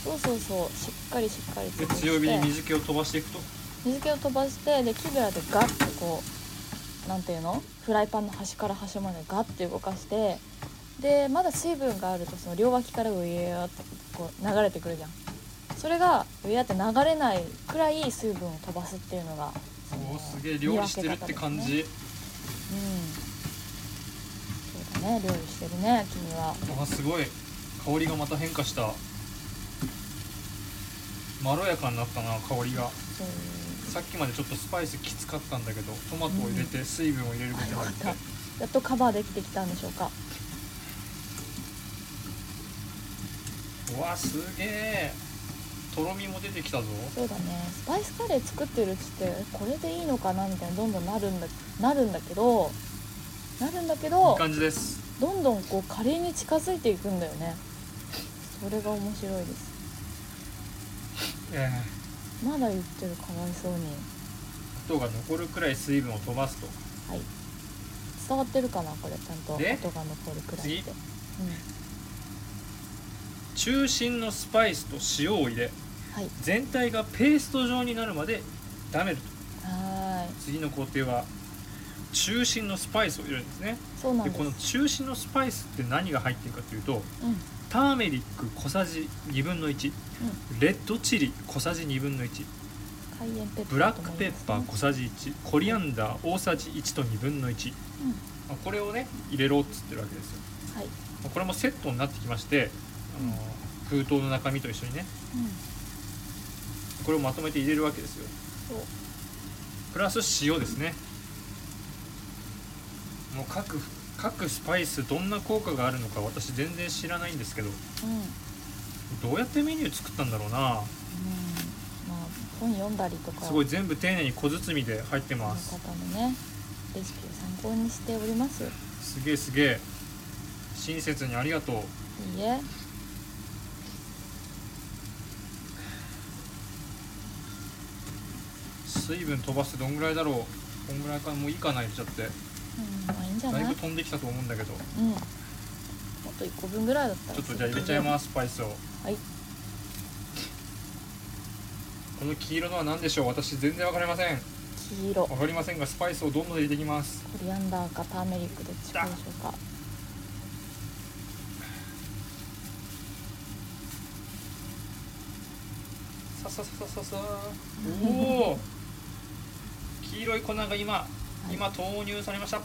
B: そうそうそうしっかりしっかり
C: で
B: 潰して
C: 強火で水気を飛ばしていくと
B: 水気を飛ばしてで木べらでガッとこうなんていうのフライパンの端から端までガッて動かしてでまだ水分があるとその両脇からウエーってこう流れてくるじゃんそれがウエーって流れないくらい水分を飛ばすっていうのがその
C: おーすげえ料理してるって感
B: 見分け
C: じ
B: 方ですねうんそうだね料理してるね君は
C: あすごい香りがまた変化したまろやかになったな香りが
B: そう
C: さっきまでちょっとスパイスきつかったんだけどトマトを入れて水分を入れることによっ
B: あよかってやっとカバーできてきたんでしょうか
C: うわすげえとろみも出てきたぞ
B: そうだねスパイスカレー作ってるっつってえこれでいいのかなみたいなどんどんなるんだなるんだけどなるんだ
C: い
B: け
C: い
B: ど
C: 感じです
B: どんどんこうカレーに近づいていくんだよねそれが面白いです
C: え
B: まだ言ってるかわいそうに
C: ー、音が残るくらい水分を飛ばすと
B: 伝わってるかなこれちゃんと
C: で
B: 音が残るくらいって
C: 次中心のスパイスと塩を入れ
B: うんはい
C: 全体がペースト状になるまで炒めると
B: はーい
C: 次の工程は中心のスパイスを入れるんですね
B: そうなん
C: で
B: です
C: この中心のスパイスって何が入ってるかというと
B: うん
C: ターメリック小さじ1 2分の1、レッドチリ小さじ1 2分の1
B: カイエンペッパー
C: ブラックペッパー
B: と
C: 小さじ1コリアンダー大さじ1と1 2分の1、まあこれをね入れろっつってるわけですよ
B: はい
C: まあこれもセットになってきまして、あの空洞の中身と一緒にね
B: もいいで
C: これをまとめて入れるわけですよ
B: すねうんそう
C: プラス塩ですねもう各各スパイスどんな効果があるのか私全然知らないんですけど
B: うんうん
C: どうやってメニュー作ったんだろうな
B: まあ本読んだりとか
C: すごい全部丁寧に小包みで入って
B: の
C: ます
B: 方のねレシピを参考にしておりますいい
C: すげえすげえ親切にありがとう
B: え
C: 水分飛ばしてどんぐらいだろうこんぐらいかもういいかな言っちゃって
B: うんまあいいんじゃ
C: だ
B: ないい
C: ぶ飛んできたと思うんだけどち
B: うんもっと1個分ぐらいだったら
C: ょっとじゃあ入れちゃい
B: す
C: ますスパイスを
B: はい
C: この黄色のは何でしょう私全然わかりません
B: 黄色コ
C: わかりませんがスパイスをどんどん入れていきます
B: リアンダーかターメリックどっちかでしょうか
C: ささささささおおー黄色い粉が今今投入されました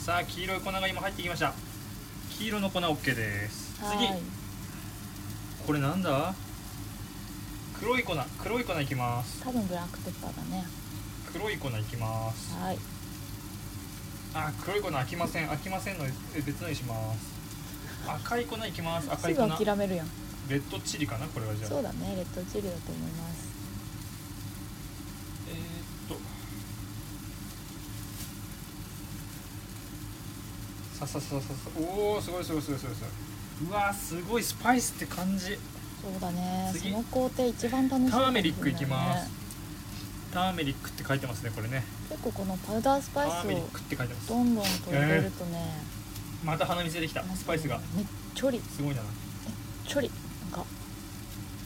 C: さあ黄色い粉が今入ってきました黄色の粉 OK です
B: は
C: 次
B: ーい
C: これなんだ黒い粉黒い粉いきます
B: 多分ブラックペッパーだね
C: 黒い粉いきます
B: はーい
C: あ黒い粉飽きません飽きませんのえ別のにします赤い粉いきます赤
B: す
C: い粉
B: ぐ諦めるやん
C: レッドチリかなこれはじゃあ
B: そうだねレッドチリだと思います
C: えー、っとさささささおおすごいすごいすごいすごいすごいうわーすごいスパイスって感じ
B: そうだねそ
C: 次
B: の工程一番楽しい
C: タ
B: かもしれないね
C: ーメリックいきますターメリックって書いてますねこれね
B: 結構このパウダース
C: タ
B: パイ
C: ーメ
B: ス
C: リッ
B: を
C: クって書いてます
B: どんどんと入れるとね、
C: また鼻水出てきたスパイスが
B: めっちょり
C: すごいな
B: ちょりなんか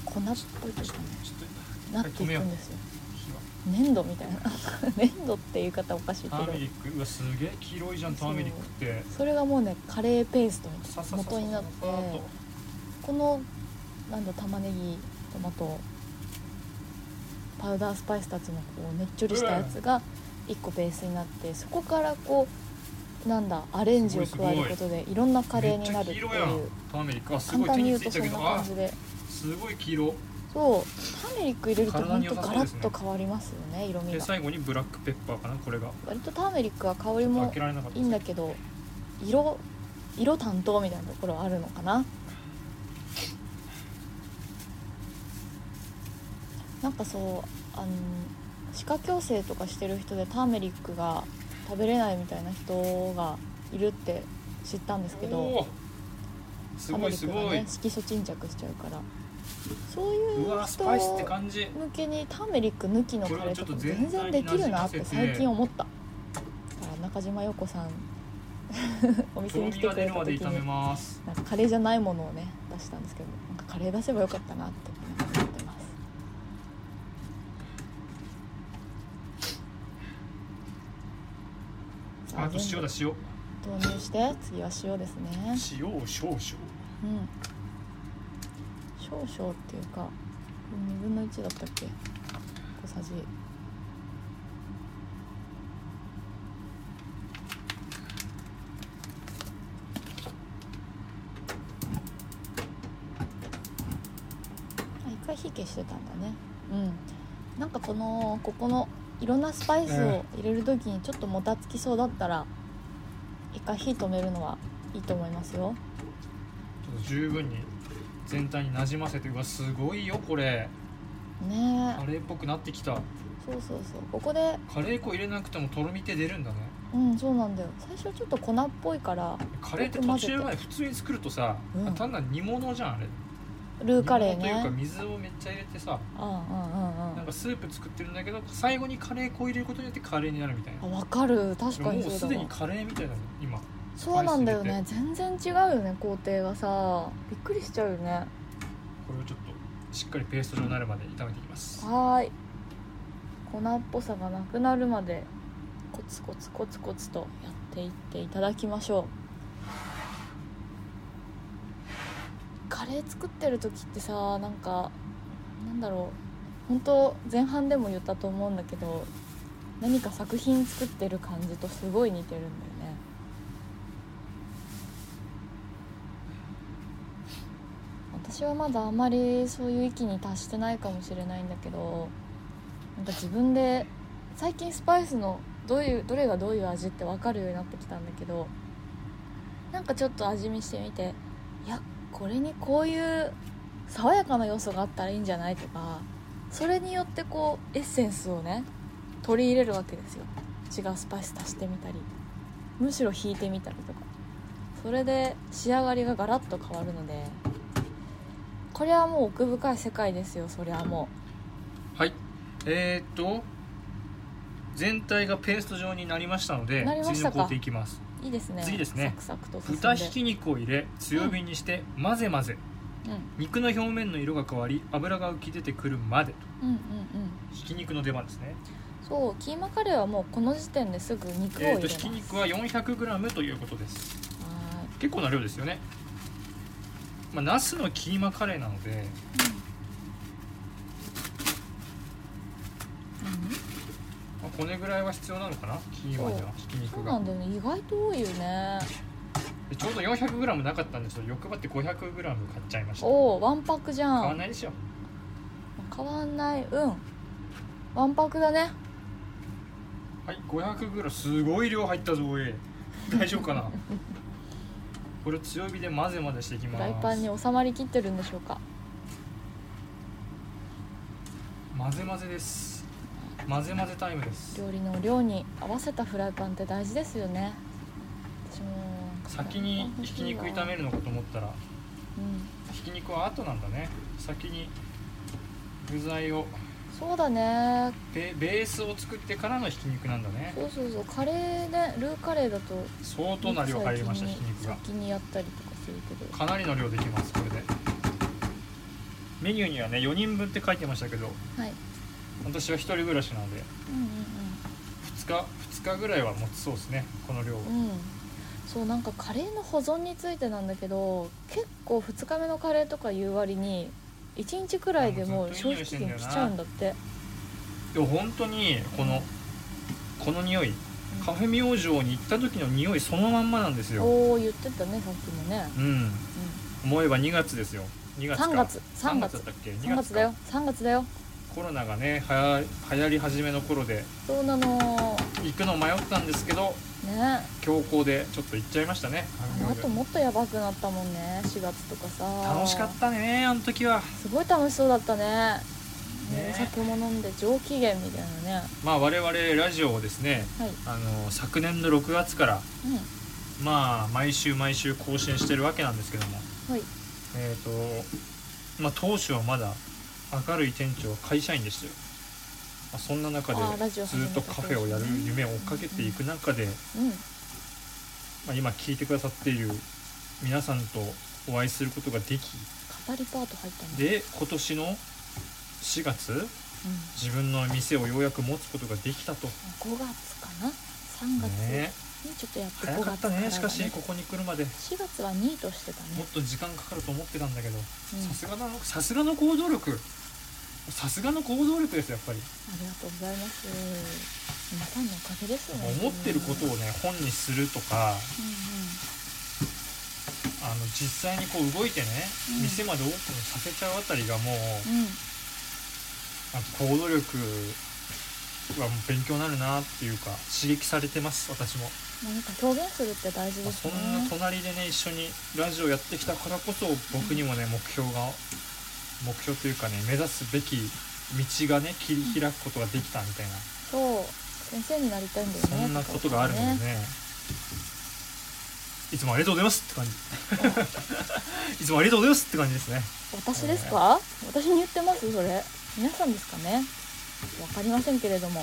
B: 粉っぽいとしかね
C: ちょっと
B: なっていくんですよ
C: 火は
B: 粘土みたいな 粘土っていう言い方おかしいけ
C: ターメリ
B: ど
C: ックうわすげえ黄色いじゃんターメリックって
B: それがもうねカレーペーストの
C: さささささ
B: 元になって
C: さーっと
B: このなんだ玉ねぎトマトパウダースパイスたちのこうねっちょりしたやつが一個ベースになってそこからこうなんだアレンジを加えることでいろんなカレーになるってい
C: めっちゃ黄色やん
B: う
C: ターメリックあす
B: 簡
C: ごい
B: 単
C: 手
B: に
C: に
B: 言う
C: ついちゃ
B: とそう
C: け
B: ん
C: ど
B: な
C: あ
B: 感じです
C: ごい黄色
B: そうターメリック入れると
C: 体
B: 本
C: に良
B: 当
C: さそ
B: ガ
C: うで
B: ラ
C: すね
B: ッと変わりますよね色味
C: で
B: が
C: 最後にブラックペッパーかなこれが
B: 割とターメリックは香り
C: 開
B: も
C: けられなかった
B: いいんだけど色色担当みたいなところはあるのかななんかそうあの歯科矯正とかしてる人でターメリックが食べれないみたいな人がいるって知ったんですけど
C: おーす
B: ターメ
C: ごい
B: リ
C: す
B: ックが
C: ごい
B: ね色素沈着しちゃうからそういうう
C: わスパイスって
B: 人
C: 感じ
B: 向けにターメリック抜きのカレーとかも全然できるなって最近思っただから中島陽子さん お
C: と
B: 店
C: ろ
B: に
C: み
B: 来て
C: が
B: く
C: 出
B: れ
C: る
B: た
C: まで
B: 時
C: 炒め
B: に
C: ます
B: なんかカレーじゃないものをね出したんですけどなんかカレー出せばよかったなって思ってます
C: あと塩だ塩
B: 投入して次は塩ですね
C: 塩を少々
B: うん少々っていうか2分の1だったっけ小さじあ一回火消してたんだねうんなんかこのここのいろんなスパイスを入れる時にちょっともたつきそうだったら一回火止めるのはいいと思いますよ
C: ちょっと十分に全体になじませてうわすごいよこれ
B: ね
C: カレーっぽくなってきた
B: そうそうそうここで
C: カレー粉入れなくてもとろみって出るんだね
B: うんそうなんだよ最初ちょっと粉っぽいから
C: カレーって途中まで普通に作るとさ、
B: うん
C: あ単なる煮物じゃんあれ
B: ルーカレー
C: 煮物というか
B: ね
C: 水をめっちゃ入れてさ
B: うんうんうんう
C: なん
B: ん
C: かスープ作ってるんだけど最後にカレー粉を入れることによってカレーになるみたいな
B: あわかる確かに
C: もう
B: そ
C: す
B: う
C: で
B: だ
C: に
B: わ
C: カレーみたいなの今
B: そうなんだよね全然違うよね工程がさびっくりしちゃうよね
C: これをちょっとしっかりペースト状になるまで炒めていきます
B: はーい粉っぽさがなくなるまでコツコツコツコツとやっていっていただきましょうカレー作ってる時ってさなんかなんだろう本当前半でも言ったと思うんだけど何か作品作ってる感じとすごい似てるんだよね私はまだあまりそういう域に達してないかもしれないんだけどなんか自分で最近スパイスのどういうどれがどういう味って分かるようになってきたんだけどなんかちょっと味見してみていやこれにこういう爽やかな要素があったらいいんじゃないとかそれによってこうエッセンスをね取り入れるわけですよ違うスパイス足してみたりむしろ引いてみたりとかそれで仕上がりがガラッと変わるのでこれはもう奥深い世界ですよそりゃも
C: はいえー、っと全体がペースト状になりましたので
B: なりましたか
C: 次の工程いきます
B: ういいですね
C: 次ですね
B: サクサクと進んで
C: 豚ひき肉を入れ強火にして混ぜ混ぜ、
B: うん
C: 肉の表面の色が変わり油が浮き出てくるまでと
B: うんうんうん
C: ひき肉の出番ですね
B: そうキーマカレーはもうこの時点ですぐ肉を入
C: え
B: れ
C: ー、
B: ま
C: と
B: す、
C: ひき肉は 400g ということです
B: は
C: 結構な量ですよねまあ、ナスのキーマカレーなので
B: ー
C: まあ、これぐらいは必要なのかなキーマにはひき
B: い、うん、そ
C: 肉
B: うな
C: が
B: んだよね意外と多いよね
C: でちょうど 400g なかったんですけど欲張って 500g 買っちゃいました
B: おおわんぱくじ
C: 買
B: ゃ
C: わ
B: ん
C: ないでしょ
B: 変わんないうんわんぱくだね
C: はい 500g すごい量入ったぞおい 大丈夫かなこれを強火で混ぜ混ぜしていきま
B: フ
C: す
B: ライパンに収まりきってるんでしょうか
C: 混ぜ混ぜです混ぜ混ぜタイムです
B: 料理の量に合わせたフライパンって大事ですよね私も
C: 先にひき肉炒め
B: る、
C: るのかと思ったら
B: うん、
C: ひき肉は後なんだね先に具材を
B: そうだね
C: ベベースを作ってからのひき肉なんだね
B: そうそうそうカレーねルーカレーだと
C: 相当な量入りましたひ
B: 先
C: き
B: に
C: 肉が
B: 先にやったりとかするけど
C: かなりの量できますこれでメニューにはね4人分って書いてましたけど
B: はい
C: 私は1人暮らしなので
B: う
C: 2日2日ぐらいは持ちそうですねこの量は
B: んうんうんうんそうなんかカレーの保存についてなんだけど結構2日目のカレーとかいう割に1日くらいでもう消費期限来ちゃうんだって
C: でも本当にこのこの匂いカフェ明星に行った時の匂いそのまんまなんですよ
B: おお言ってたねさっきもね
C: うん思えば2月ですよ2月か
B: 3月3
C: 3月
B: 月
C: だったっけ2
B: 3月
C: 月
B: だ
C: か
B: よ3月だよ
C: コロナがねはや流行り始めの頃で
B: そうなの
C: 行くの迷ったんですけど
B: ね
C: 強行でちょっと行っちゃいましたね
B: あの後もっとやばくなったもんね4月とかさ
C: 楽しかったねあの時は
B: すごい楽しそうだったね
C: ね
B: お酒も飲んで上機嫌みたいなね
C: まあ我々ラジオをですね
B: はい
C: あの昨年の6月から
B: う
C: まあ毎週毎週更新してるわけなんですけども
B: んはい
C: えっ、とまあ当初はまだ明るい店長会社員でしたよ、まあ、そんな中で
B: あーラジオ
C: ずっとカフェをやる夢を追っかけていく中で、
B: うん
C: まあ、今聞いてくださっている皆さんとお会いすることができ
B: 語りパート入ったんだ
C: で今年の4月自分の店をようやく持つことができたと、
B: うん、5月かな3月
C: ね、
B: にちょっとやって
C: 早
B: 5
C: かっ
B: 月か
C: た
B: らだ
C: ねしかしここに来るまでも
B: 4月は2位としてたね
C: っ、と時間かかると思ってたんだけど
B: うん、
C: さすがなのさすがの行動力さすがの行動力ですよやっぱり
B: ありがとうございます皆さんのおかげですね
C: 思ってることを
B: うんうん
C: ね本にするとかあの実際にこう動いてね、
B: うん
C: 店までオープンさせちゃうあたりがもう、
B: うん
C: なんか行動力はもう勉強になるなっていうか刺激されてます私も、
B: なんか表現するって大事
C: まあ
B: です
C: そ
B: ね
C: んな隣でね一緒にラジオやってきたからこそ僕にもね目標が目標というかね目指すべき道がね切り開くことができたみたいな、
B: そう先生になりたいんだよ
C: そ
B: ね
C: んなことがあるんだよねいつもありがとうございますって感じいつもありがとうございますって感じですね
B: 私ですか、私に言ってますそれ皆さんですかねわかりませんけれども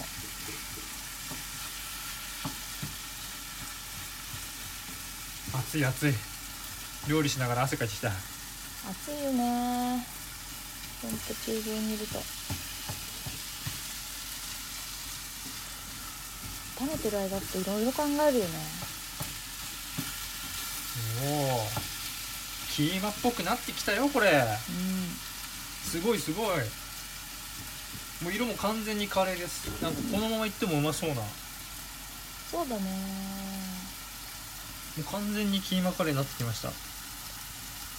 C: 暑い暑い料理しながら汗かいてきた
B: 暑いよねほんと厨房にいると食べてる間っていろいろ考えるよね
C: もうキーマっぽくなってきたよこれ
B: う
C: すごいすごいもう色も完全にカレーですなんかこのままいってもうまそうなも
B: んそうだね
C: う完全にキーマカレーになってきました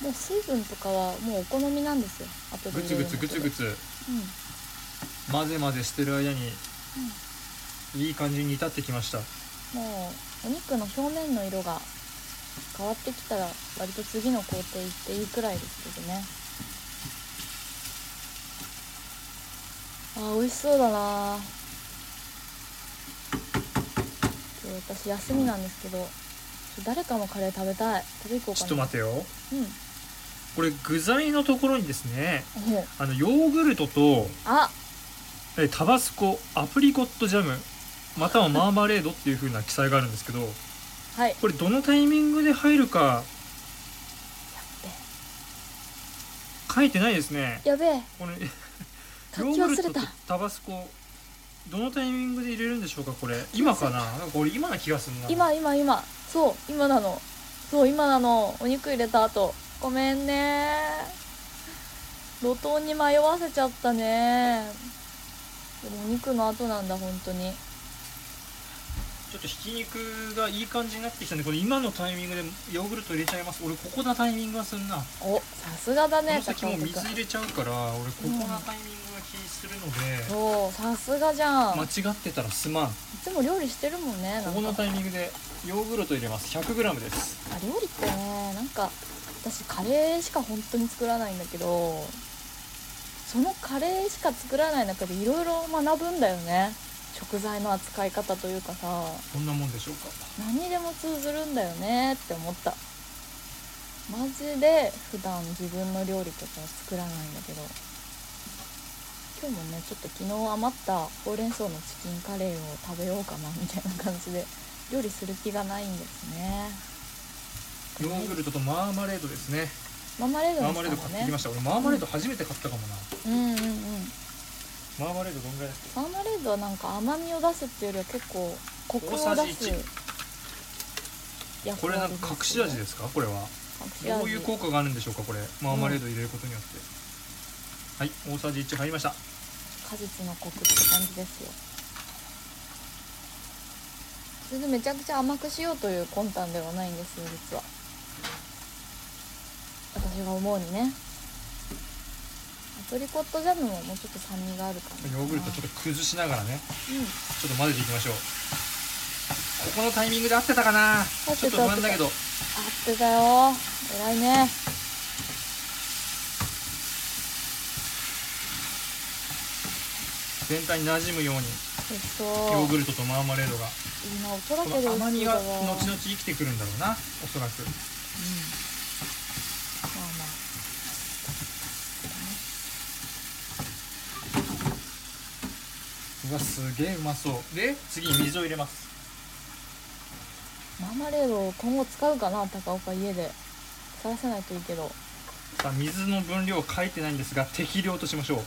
B: もう水分とかはもうお好みなんですよ後
C: グ
B: で入れ
C: ツ
B: る
C: グ
B: んだ
C: ツ
B: けど
C: グツグツ
B: うん
C: 混ぜ混ぜしてる間にいい感じに煮立ってきました
B: もうお肉の表面の色が変わってきたら割と次の工程行っていいくらいですけどねあー美味しそうだな今日私休みなんですけど誰かのカレー食べたい食べ行こう
C: ち
B: か
C: ょ
B: な
C: っと待てよ
B: うん
C: これ具材のところにですね
B: おう
C: あのヨーグルトと
B: あ
C: えータバスコアプリコットジャムまたはマーマレードっていう風な記載があるんですけど
B: はい
C: これどのタイミングで入るか書いてないですね
B: やべえ
C: これ
B: 書
C: ヨ
B: き
C: ーグル
B: 忘れ
C: トと
B: た
C: タバスコどのタイミングで入れるんでしょうかこれ今かななんかこれ今な気がするな
B: 今今今そう今なのそう今なのお肉入れた後ごめんね路頭に迷わせちゃったねでもお肉の後なんだ本当に
C: ちょっとひき肉がいい感じになってきたんでこれ今のタイミングでヨーグルト入れちゃいます俺ここなタイミングがするな、
B: おさすがだ
C: この
B: ね
C: 先
B: 坂
C: もう
B: 本君
C: 水入れちゃうから俺ここなタイミングが気するので、
B: そうさすがじゃんい
C: 間違ってたらすまん
B: つも料理してるもんね
C: ここ
B: な
C: の
B: んか
C: タイミングでヨーグルト入れます 100g です
B: あ料理ってねなんか私カレーしか本当に作らないんだけどそのカレーしか作らない中でいろいろ学ぶんだよね食材の扱い方というかさ
C: こんなもんでしょうか
B: 何にでも通ずるんだよねって思ったマジで普段自分の料理とかは作らないんだけど今日もねちょっと昨日余ったほうれん草のチキンカレーを食べようかなみたいな感じで料理する気がないんですね
C: ヨーグルトとマーマレードですね
B: マーマレード
C: マ
B: に
C: ーマレード
B: した
C: 買って
B: んだ
C: き
B: ね
C: ました俺マーマレード初めて買ったかもな、
B: うんうんうん
C: マーマレードどんぐらいだっ
B: マーマレードはなんか甘みを出すっていうよりは結構コクを
C: 大さ
B: 出
C: じ
B: す
C: 1け
B: 役
C: これ
B: 割
C: なんか隠し味ですすかこれは
B: よ
C: どういう
B: 隠し味
C: 効果があるんでしょうかこれマーマレード入れることによって、はい大さじ1入りました
B: 果実のコクって感じですよそれでめちゃくちゃ甘くしようという魂胆ではないんですよ実は私が思うにねプリコットジャムももうちょっと酸味があるかな
C: ヨーグルトちょっと崩しながらね
B: う
C: ち
B: ん
C: ょっと混ぜていきましょうここのタイミングで合ってたかな
B: 合って
C: ち
B: た
C: ょっと不安だけど
B: 合ってたよ偉いね
C: 全体に馴染むように
B: 美味しそう
C: ヨーグルトとマーマレードが
B: いいな音だ
C: こ
B: け
C: の
B: で美
C: 甘
B: 味し
C: み
B: そうだ
C: が
B: わ
C: 後々生きてくるんだろうなおそらく
B: まあまあ
C: うわすげえうまそうで次に水を入れます
B: マーマレードを今後使うかな高岡家でさらさないといいけど
C: さあ水の分量書いてないんですが適量としましょう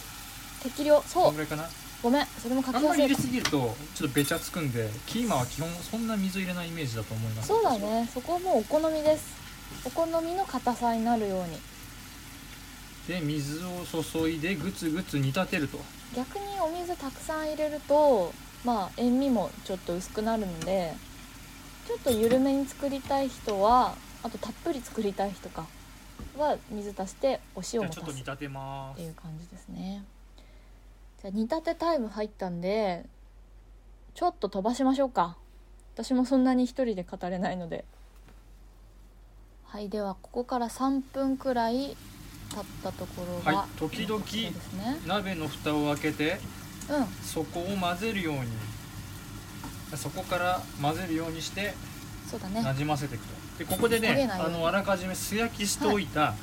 B: 適量
C: こ
B: そ
C: ん
B: う
C: ぐらいかな
B: ごめんそれも書
C: あ
B: き
C: んまり入
B: 忘れ
C: れ
B: た
C: すぎるとちょっとべちゃつくんでキーマは基本そんな水入れないイメージだと思います
B: そうだねそこはもうお好みですお好みの硬さになるように
C: で水を注いでグツグツ煮立てると
B: 逆にお水たくさん入れるとまあ塩味もちょっと薄くなるのでちょっと緩めに作りたい人はあとたっぷり作りたい人かは水足してお
C: じゃ
B: 塩も
C: あ
B: 足
C: ちょっと
B: す
C: 煮
B: っ
C: 立てま
B: て
C: す
B: いう感じですねじゃあ煮立てタイム入ったんでちょっと飛ばしましょうか私もそんなに一人で語れないのではいではここから3分くらい経ったところが、
C: はい時々
B: そうですね
C: 鍋の蓋を開けて
B: うん
C: そこを混ぜるようにそこから混ぜるようにして
B: そうだね
C: なじませていくとでここで
B: 焦げ
C: ね
B: ないよ
C: あ
B: うに
C: のあらかじめ素焼きしておいた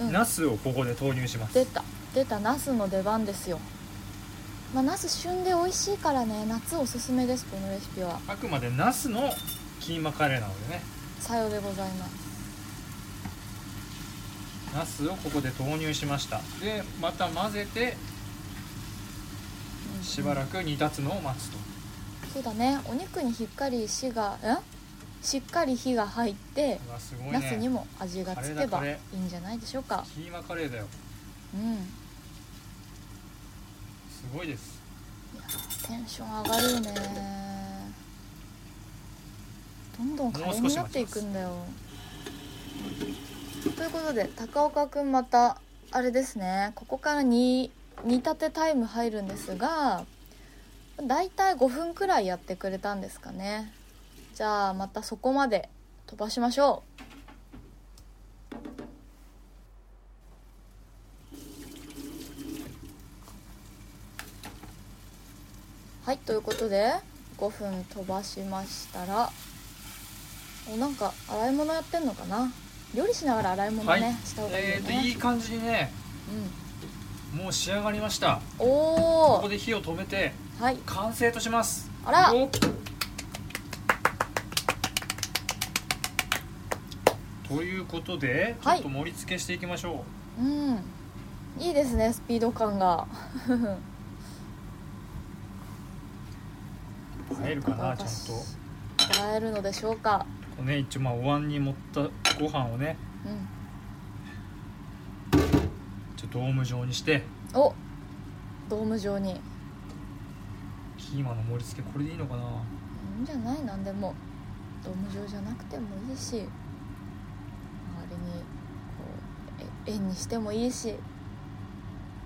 B: うん
C: ナスをここで投入します、
B: 出た出たナスの出番ですよまあナス旬で美味しいからね夏おすすめですこのレシピは
C: あくまでナスのキーマカレーなのでね
B: さようでございます
C: ナスをここで投入しましたでまた混ぜて
B: うん
C: しばらく煮立つのを待つと
B: そうだねお肉にしっかり火がんしっかり火が入って
C: うわすごい
B: ナスに
C: ね
B: も味がつ
C: カレ
B: け
C: ーだ
B: ば
C: カ
B: い
C: レ
B: いんじゃないでしょうか
C: キーマカレーだよ
B: うん
C: すごいです
B: テンション上がるよねどんどんカレーになっていくんだよということで高岡くんまたあれですねここからに煮立てタイム入るんですがだいたい5分くらいやってくれたんですかねじゃあまたそこまで飛ばしましょうはいということで5分飛ばしましたらおなんか洗い物やってんのかな料理しながら洗い物ね、
C: はい
B: した方がいい
C: え
B: よ
C: ー、と
B: ね、
C: いい感じにねもう仕上がりました
B: うん、
C: こ
B: お
C: こ
B: お
C: で火を止めて
B: はい
C: 完成とします
B: あら
C: よっということで、
B: はい
C: ちょっと盛り付けしていきましょ
B: うんいいですねスピード感が
C: う入るかなちゃん
B: と洗えるのでしょうか
C: とね一応まあお椀に盛ったご飯をね
B: うん
C: ちょっとドーム状にして
B: おドーム状にい
C: キーマの盛り付けこれでいいのかない
B: んじゃないなんでもドーム状じゃなくてもいいし周りにこうえ円にしてもいいし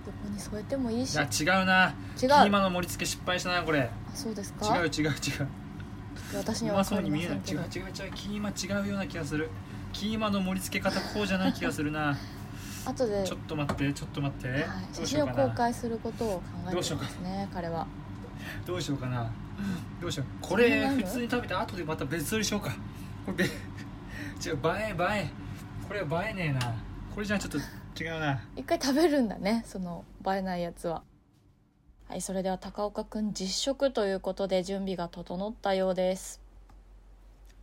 B: どこに添えてもいいし
C: いや違うな
B: 違
C: キー
B: う
C: マ
B: あ
C: の盛り付け失敗したなこれ
B: そうです
C: 違う
B: か
C: 違う違う
B: 私
C: う
B: には
C: ま
B: 分
C: そ
B: か
C: うに
B: りま
C: 見え
B: せ
C: ない
B: んけ
C: 違う
B: ど
C: 違う違うキーマ違うような気がするキーマの盛り付け方こうじゃない気がするな
B: 後で
C: ちょっと待ってちょっと待って、
B: はい
C: ど
B: 写
C: うしよ
B: 真
C: う
B: を
C: かな
B: 公開することを考えて
C: ど
B: る
C: うしよ
B: ん
C: うか
B: ですね彼は
C: どうしようかなどうしようこれ
B: そんなの
C: 普通に食べて後でまた別撮りしようかこれべ違う映え映えこれは映えねえなこれじゃちょっと違うな
B: 一回食べるんだねその映えないやつははいそれでは高岡くん実食ということで準備が整ったようです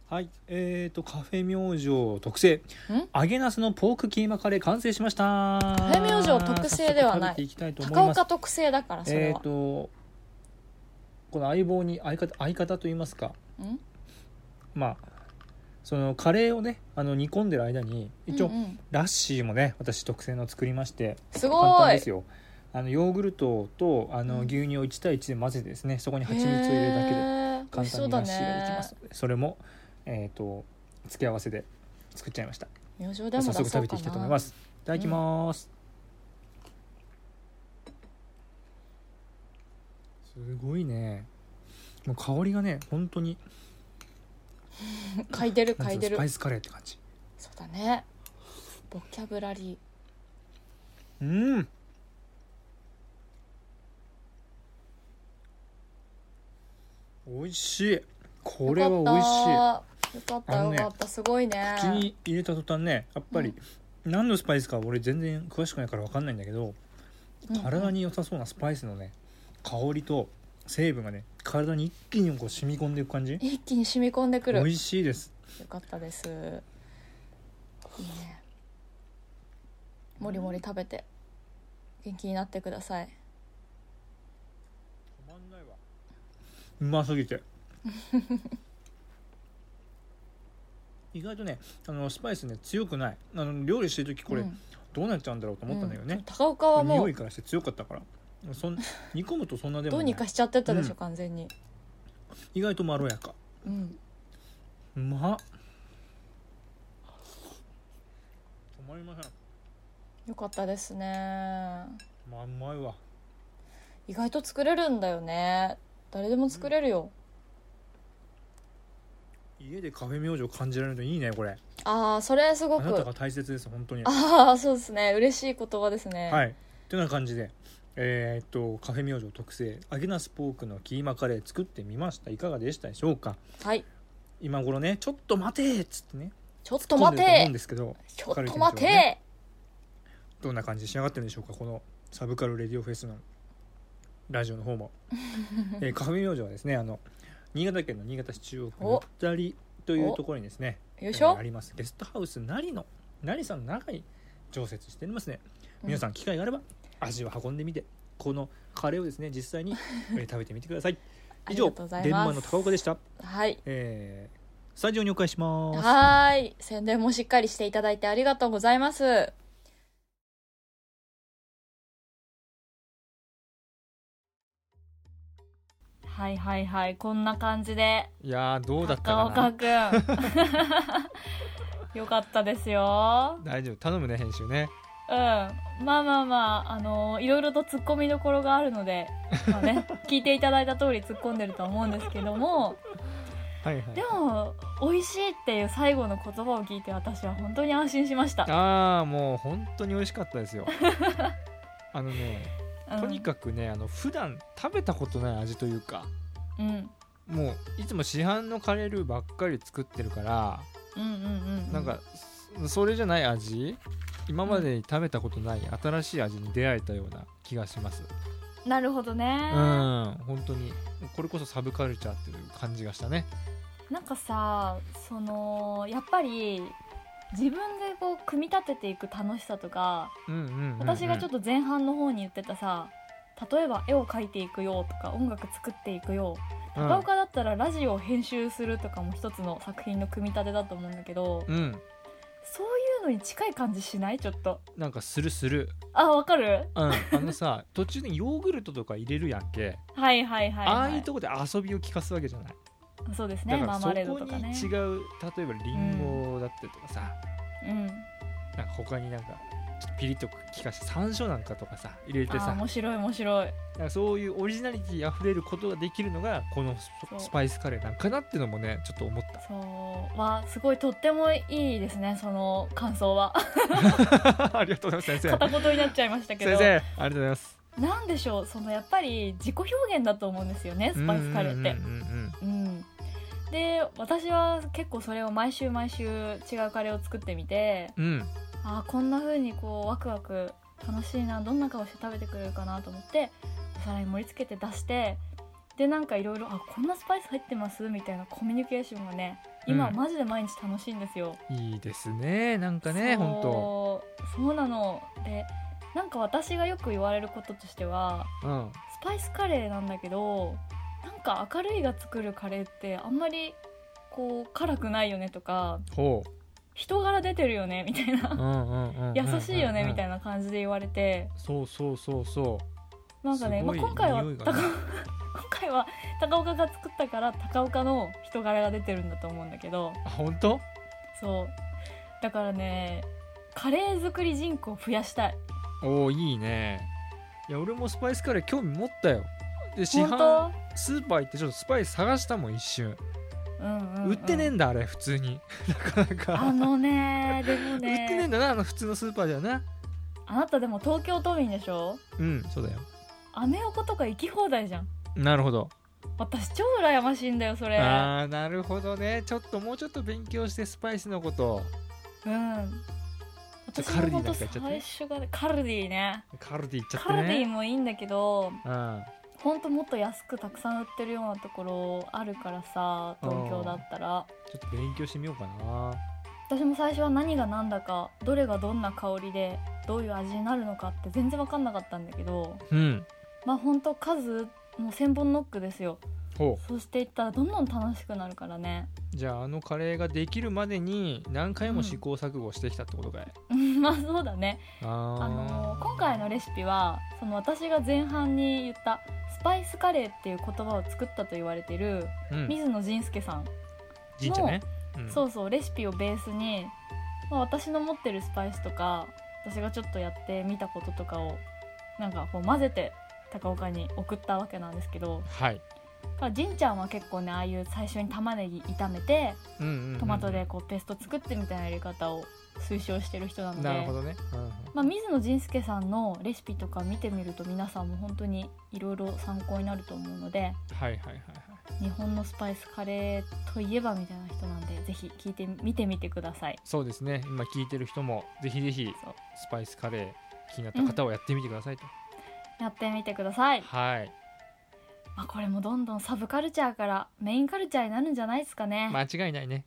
D: はいえー、とカフェ明星特製揚げなすのポークキーマカレー完成しましたカ
B: フェ明星特製ではない
D: いきたいと思い
B: 高
D: ます
B: 岡特製だからそれ
D: え
B: は
D: ー、、とこの相棒に相方相方といいますか
B: うん
D: まあそのカレーをねあの煮込んでる間に一応、
B: うんうん
D: ラッシーもね私特製の作りまして
B: す
D: 簡
B: ご
D: 単
B: い
D: ですよあのヨーグルトとあ
B: う
D: の
B: ん
D: 牛乳を1対1で混ぜてですねそこに蜂蜜を入れるだけで
B: へー美
D: 簡
B: 味し
D: 単
B: そう
D: に
B: だ
D: ラッシーができま
B: ね
D: すそれもえっ、と付け合わせで作っちゃいました
B: 明星でも
D: 早
B: 出そう
D: 速
B: か
D: 食
B: な
D: べていきたいと思いますいただきます、
C: ごいねもう香りがね本当に
E: 嗅いでる
C: なん
E: 嗅
C: つう
E: い
C: の
E: で
C: ス
E: る
C: パイスカレーって感じ
E: そうだねボキャブラリ
C: うん美味しい
E: ー
C: これは美味し
E: よ
C: い
E: かっ
C: あ
E: た
C: の
E: よ
C: ね
E: かった、すごいね
C: 口に入れた途端ねやっぱり何のスパイスか俺全然詳しくないから分かんないんだけど体に良さそうなスパイスのね香りと成分がね体に一気にこう染み込んでいく感じ
E: 一気に染み込んでく
C: 美
E: るよ
C: 味しいです
E: かったですいいねもりもり食べて元気になってください
C: うます ぎて意外とねあのスパイスね強くないあの料理してる時これ
E: うん
C: どうなっちゃうんだろうと思ったんだけど
E: うん
C: ね、
E: 高岡はも
C: 匂
E: う
C: いからして強かったからそん煮込むとそんなで
E: ど
C: も
E: う
C: な
E: に
C: い
E: かしちゃってたでしょ、
C: うん
E: 完全に
C: 意外とまろやか
E: うん
C: うまっ止まりません
E: よかったですね
C: まあうまいわ
E: 意外と作れるんだよね誰でも作れるよ、
C: 家でカフェ明星感じられるといいねこれ
E: ああそれすご
C: あなた
E: く
C: が大切です本当に
E: ああそうですね嬉しい言葉ですね
C: はいというような感じでえーっとカフェ明星特製揚げなすポークのキーマカレー作ってみましたいかがでしたでしょうか
E: はい
C: 今頃ねちょっと待てーっつってね
E: ちょっと待
C: 突っ込んでると思う
E: て
C: んですけど
E: ちょっ
C: カレー
E: と
C: 店長は
E: 待
C: ね
E: て
C: どんな感じに仕上がってるんでしょうかこのサブカルレディオフェスのラジオの 方も、えー、カフェ明星はですねあの新潟県の新潟市中央区の
E: お
C: 二人というところにですね
E: よいし
C: え
E: ょ
C: ーありますゲストハウスなりのなりさんの中に常設しておりますね皆さん機会があれば味を運んでみてこのカレーをですね実際に、 えー食べてみてください
E: あ
C: 以上
E: りがとうござい
C: 電
E: ます
C: 話の高岡でした、
E: はい
C: えー、スタジオにお返しします
E: はーい宣伝もしっかりしていただいてありがとうございます
B: はいはいはいこんな感じで
C: いやーどうだったか
B: 高岡
C: な
B: くんよかったですよ
C: 大丈夫頼むね編集ね
B: うんまあまあまああのいろいろと突っ込みどころがあるので、まあね、聞いていただいた通り突っ込んでるとは思うんですけども
C: はいはい
B: でも美味しいっていう最後の言葉を聞いて私は本当に安心しました、
C: ああもう本当に美味しかった ですよあのね
B: うん、
C: とにかくねあの普段食べたことない味というか
B: く、うん、
C: もういつも市販のカレールーばっかり作ってるから
B: うんうんうんうん
C: なんかそそれじゃない味今までに食べたことない新しい味に出会えたような気がします
B: なるほど
C: うん
B: ね、
C: 本当にこれこそサブカルチャーっていう感じがしたね
B: なんかさそのやっぱり自分でこう組み立てていく楽しさとか
C: うんうんうんうん
B: 私がちょっと前半の方に言ってたさ、例えば絵を描いていくよとか音楽作っていくよ
C: うん
B: 高岡だったらラジオを編集するとかも一つの作品の組み立てだと思うんだけど、
C: うん
B: そういうのに近い感じしないちょっと
C: なんかするする、
B: あわかる
C: うん、あのさ途中でヨーグルトとか入れるやんけ、
B: はいはいはい、はい、
C: ああいうとこで遊びを聞かすわけじゃない
B: そうです
C: だ
B: ね
C: から
B: マー
C: そこ
B: マ
C: に
B: レ
C: 違
B: ー
C: う、
B: ドとかね
C: 例えばリンゴだったりとかさ、
B: うん
C: なんか他になんかちょっとピリッと効かして山椒なんかとかさ入れ
B: あ
C: て
B: ー
C: さ
B: 面白い面白い
C: なんかそういうオリジナリティあふれることができるのがこのス
B: そう
C: スパイスカレーなんかなっていうのもねちょっと思 った
B: そうはすごいとってもいいですねその感想は
C: ありがとうございます先生
B: 片言になっちゃいましたけ
C: 先
B: ど
C: 生ありがとうございます
B: なんでしょうそのやっぱり自己表現だと思うんですよねスパイスカレーって
C: うんうんうん
B: うんで私は結構それを毎週毎週違うカレーを作ってみて
C: うんうん
B: あーこんな風にこうワクワク楽しいなどんな顔して食べてくれるかなと思ってお皿に盛り付けて出してでなんかいろいろあこんなスパイス入ってますみたいなコミュニケーションがね今、
C: うん
B: マジで毎日楽しいんですよ。
C: いいですねなんかね本当
B: そうそうなのでなんか私がよく言われることとしては
C: うん
B: スパイスカレーなんだけどなんか明るいが作るカレーってあんまりこう辛くないよねとか
C: ほ
B: 人柄出てるよねみたいな
C: ううんうんうんうん
B: 優しいよねみた
C: い
B: いな感じで言われて
C: なそうそうそうそ
B: なんかね、
C: すご
B: まあ、
C: い
B: 今回は
C: 匂いが
B: 高
C: ね
B: 今回は高岡が作ったから高岡の人柄が出てるんだと思うんだけど
C: うあ本当
B: そうだからねカレー作り人口増やしたい
C: おおいいねいや俺もスパイスカレー興味持ったよで市
B: 本
C: 販
B: 当
C: スーパー行ってちょっとスパイス探したもん一瞬、
B: うんうんうん
C: 売ってねえんだあれ普通に なかなか
B: あ のねでも
C: 売ってねえん
B: ね
C: だなあの普通のスーパーではな
B: あなたでも東京都民でしょ
C: うんそうだよ
B: アメ横とか行き放題じゃん
C: なるほど、
B: 私超羨ましいんだよそれ
C: ああなるほどねちょっともうちょっと勉強してスパイスのこと
B: うん
C: ちょ
B: 私
C: カル
B: も
C: ディなんか
B: ほん
C: 行
B: と
C: っちゃって
B: 最初がカルディね
C: カルディ行っちゃって
B: カルディ
C: ね
B: もいいんだけど
C: うん
B: ほんともっと安くたくさん売ってるようなところあるからさ東京だったら
C: ちょっと勉強してみようかな
B: 私も最初は何が何だかどれがどんな香りでどういう味になるのかって全然分かんなかったんだけど
C: うん
B: まあほんと数もう千本ノックですよ
C: ほ
B: そうしていったらどんどん楽しくなるからね
C: うじゃああのカレーができるまでに何回も試行錯誤してきたってことかい、
B: まあそうだね
C: あー
B: あのー今回のレシピはその私が前半に言ったスパイスカレーっていう言葉を作ったと言われてる
C: うん、
B: 水野仁介さん、
C: 神社ね、うん
B: そうそうレシピをベースに、まあ、私の持ってるスパイスとか私がちょっとやってみたこととかをなんかこう混ぜて高岡に送ったわけなんですけど
C: はい、
B: まあ仁ちゃんは結構ねああいう最初に玉ねぎ炒めて
C: うんうんうんうん
B: トマトでこうペースト作ってみたいなやり方を推奨してる人なので
C: なるほどね、うんうん
B: まあ、水野仁介さんのレシピとか見てみると皆さんも本当にいろいろ参考になると思うので
C: はいはいはいはい
B: 日本のスパイスカレーといえばみたいな人なんでぜひ聞いて見てみてください
C: そうですね今聞いてる人もぜひぜひ
B: そう
C: スパイスカレー気になった方はやってみてくださいと、
B: やってみてください、
C: はい
B: まあ、これもどんどんサブカルチャーからメインカルチャーになるんじゃないですかね、
C: 間違いないね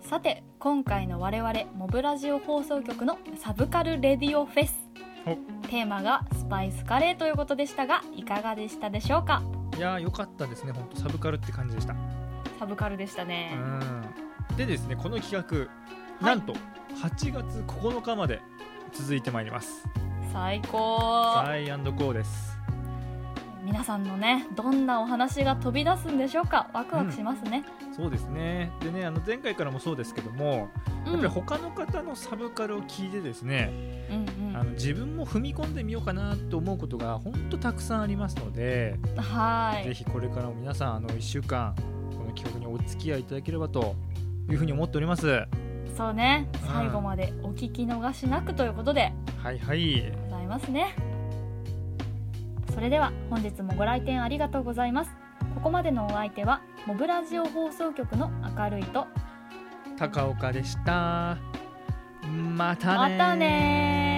B: さて今回の我々モブラジオ放送局のサブカルレディオフェス
C: お
B: テーマがスパイスカレーということでしたがいかがでしたでしょうか
C: いやーよかったですね本当サブカルって感じでした
B: サブカルでしたね、
C: うんでですねこの企画、
B: はい
C: なんと8月9日まで続いてまいります
B: 最高
C: サイアンドコーです
B: 皆さんのねどんなお話が飛び出すんでしょうかワクワクしますね、
C: そうですねでねあの前回からもそうですけども、
B: うん、
C: やっぱり他の方のサブカルを聞いてですね、
B: うんうん
C: あの自分も踏み込んでみようかなと思うことが本当たくさんありますので、
B: は
C: ぜ
B: い
C: ひこれからも皆さんあの1週間この企画にお付き合いいただければというふうに思っておりますは
B: そうね
C: うん
B: 最後までお聞き逃しなくということで
C: いはい
B: ございますねそれでは本日もご来店ありがとうございますここまでのお相手はモブラジオ放送局の明るいと
C: 高岡でしたまたね
B: またねー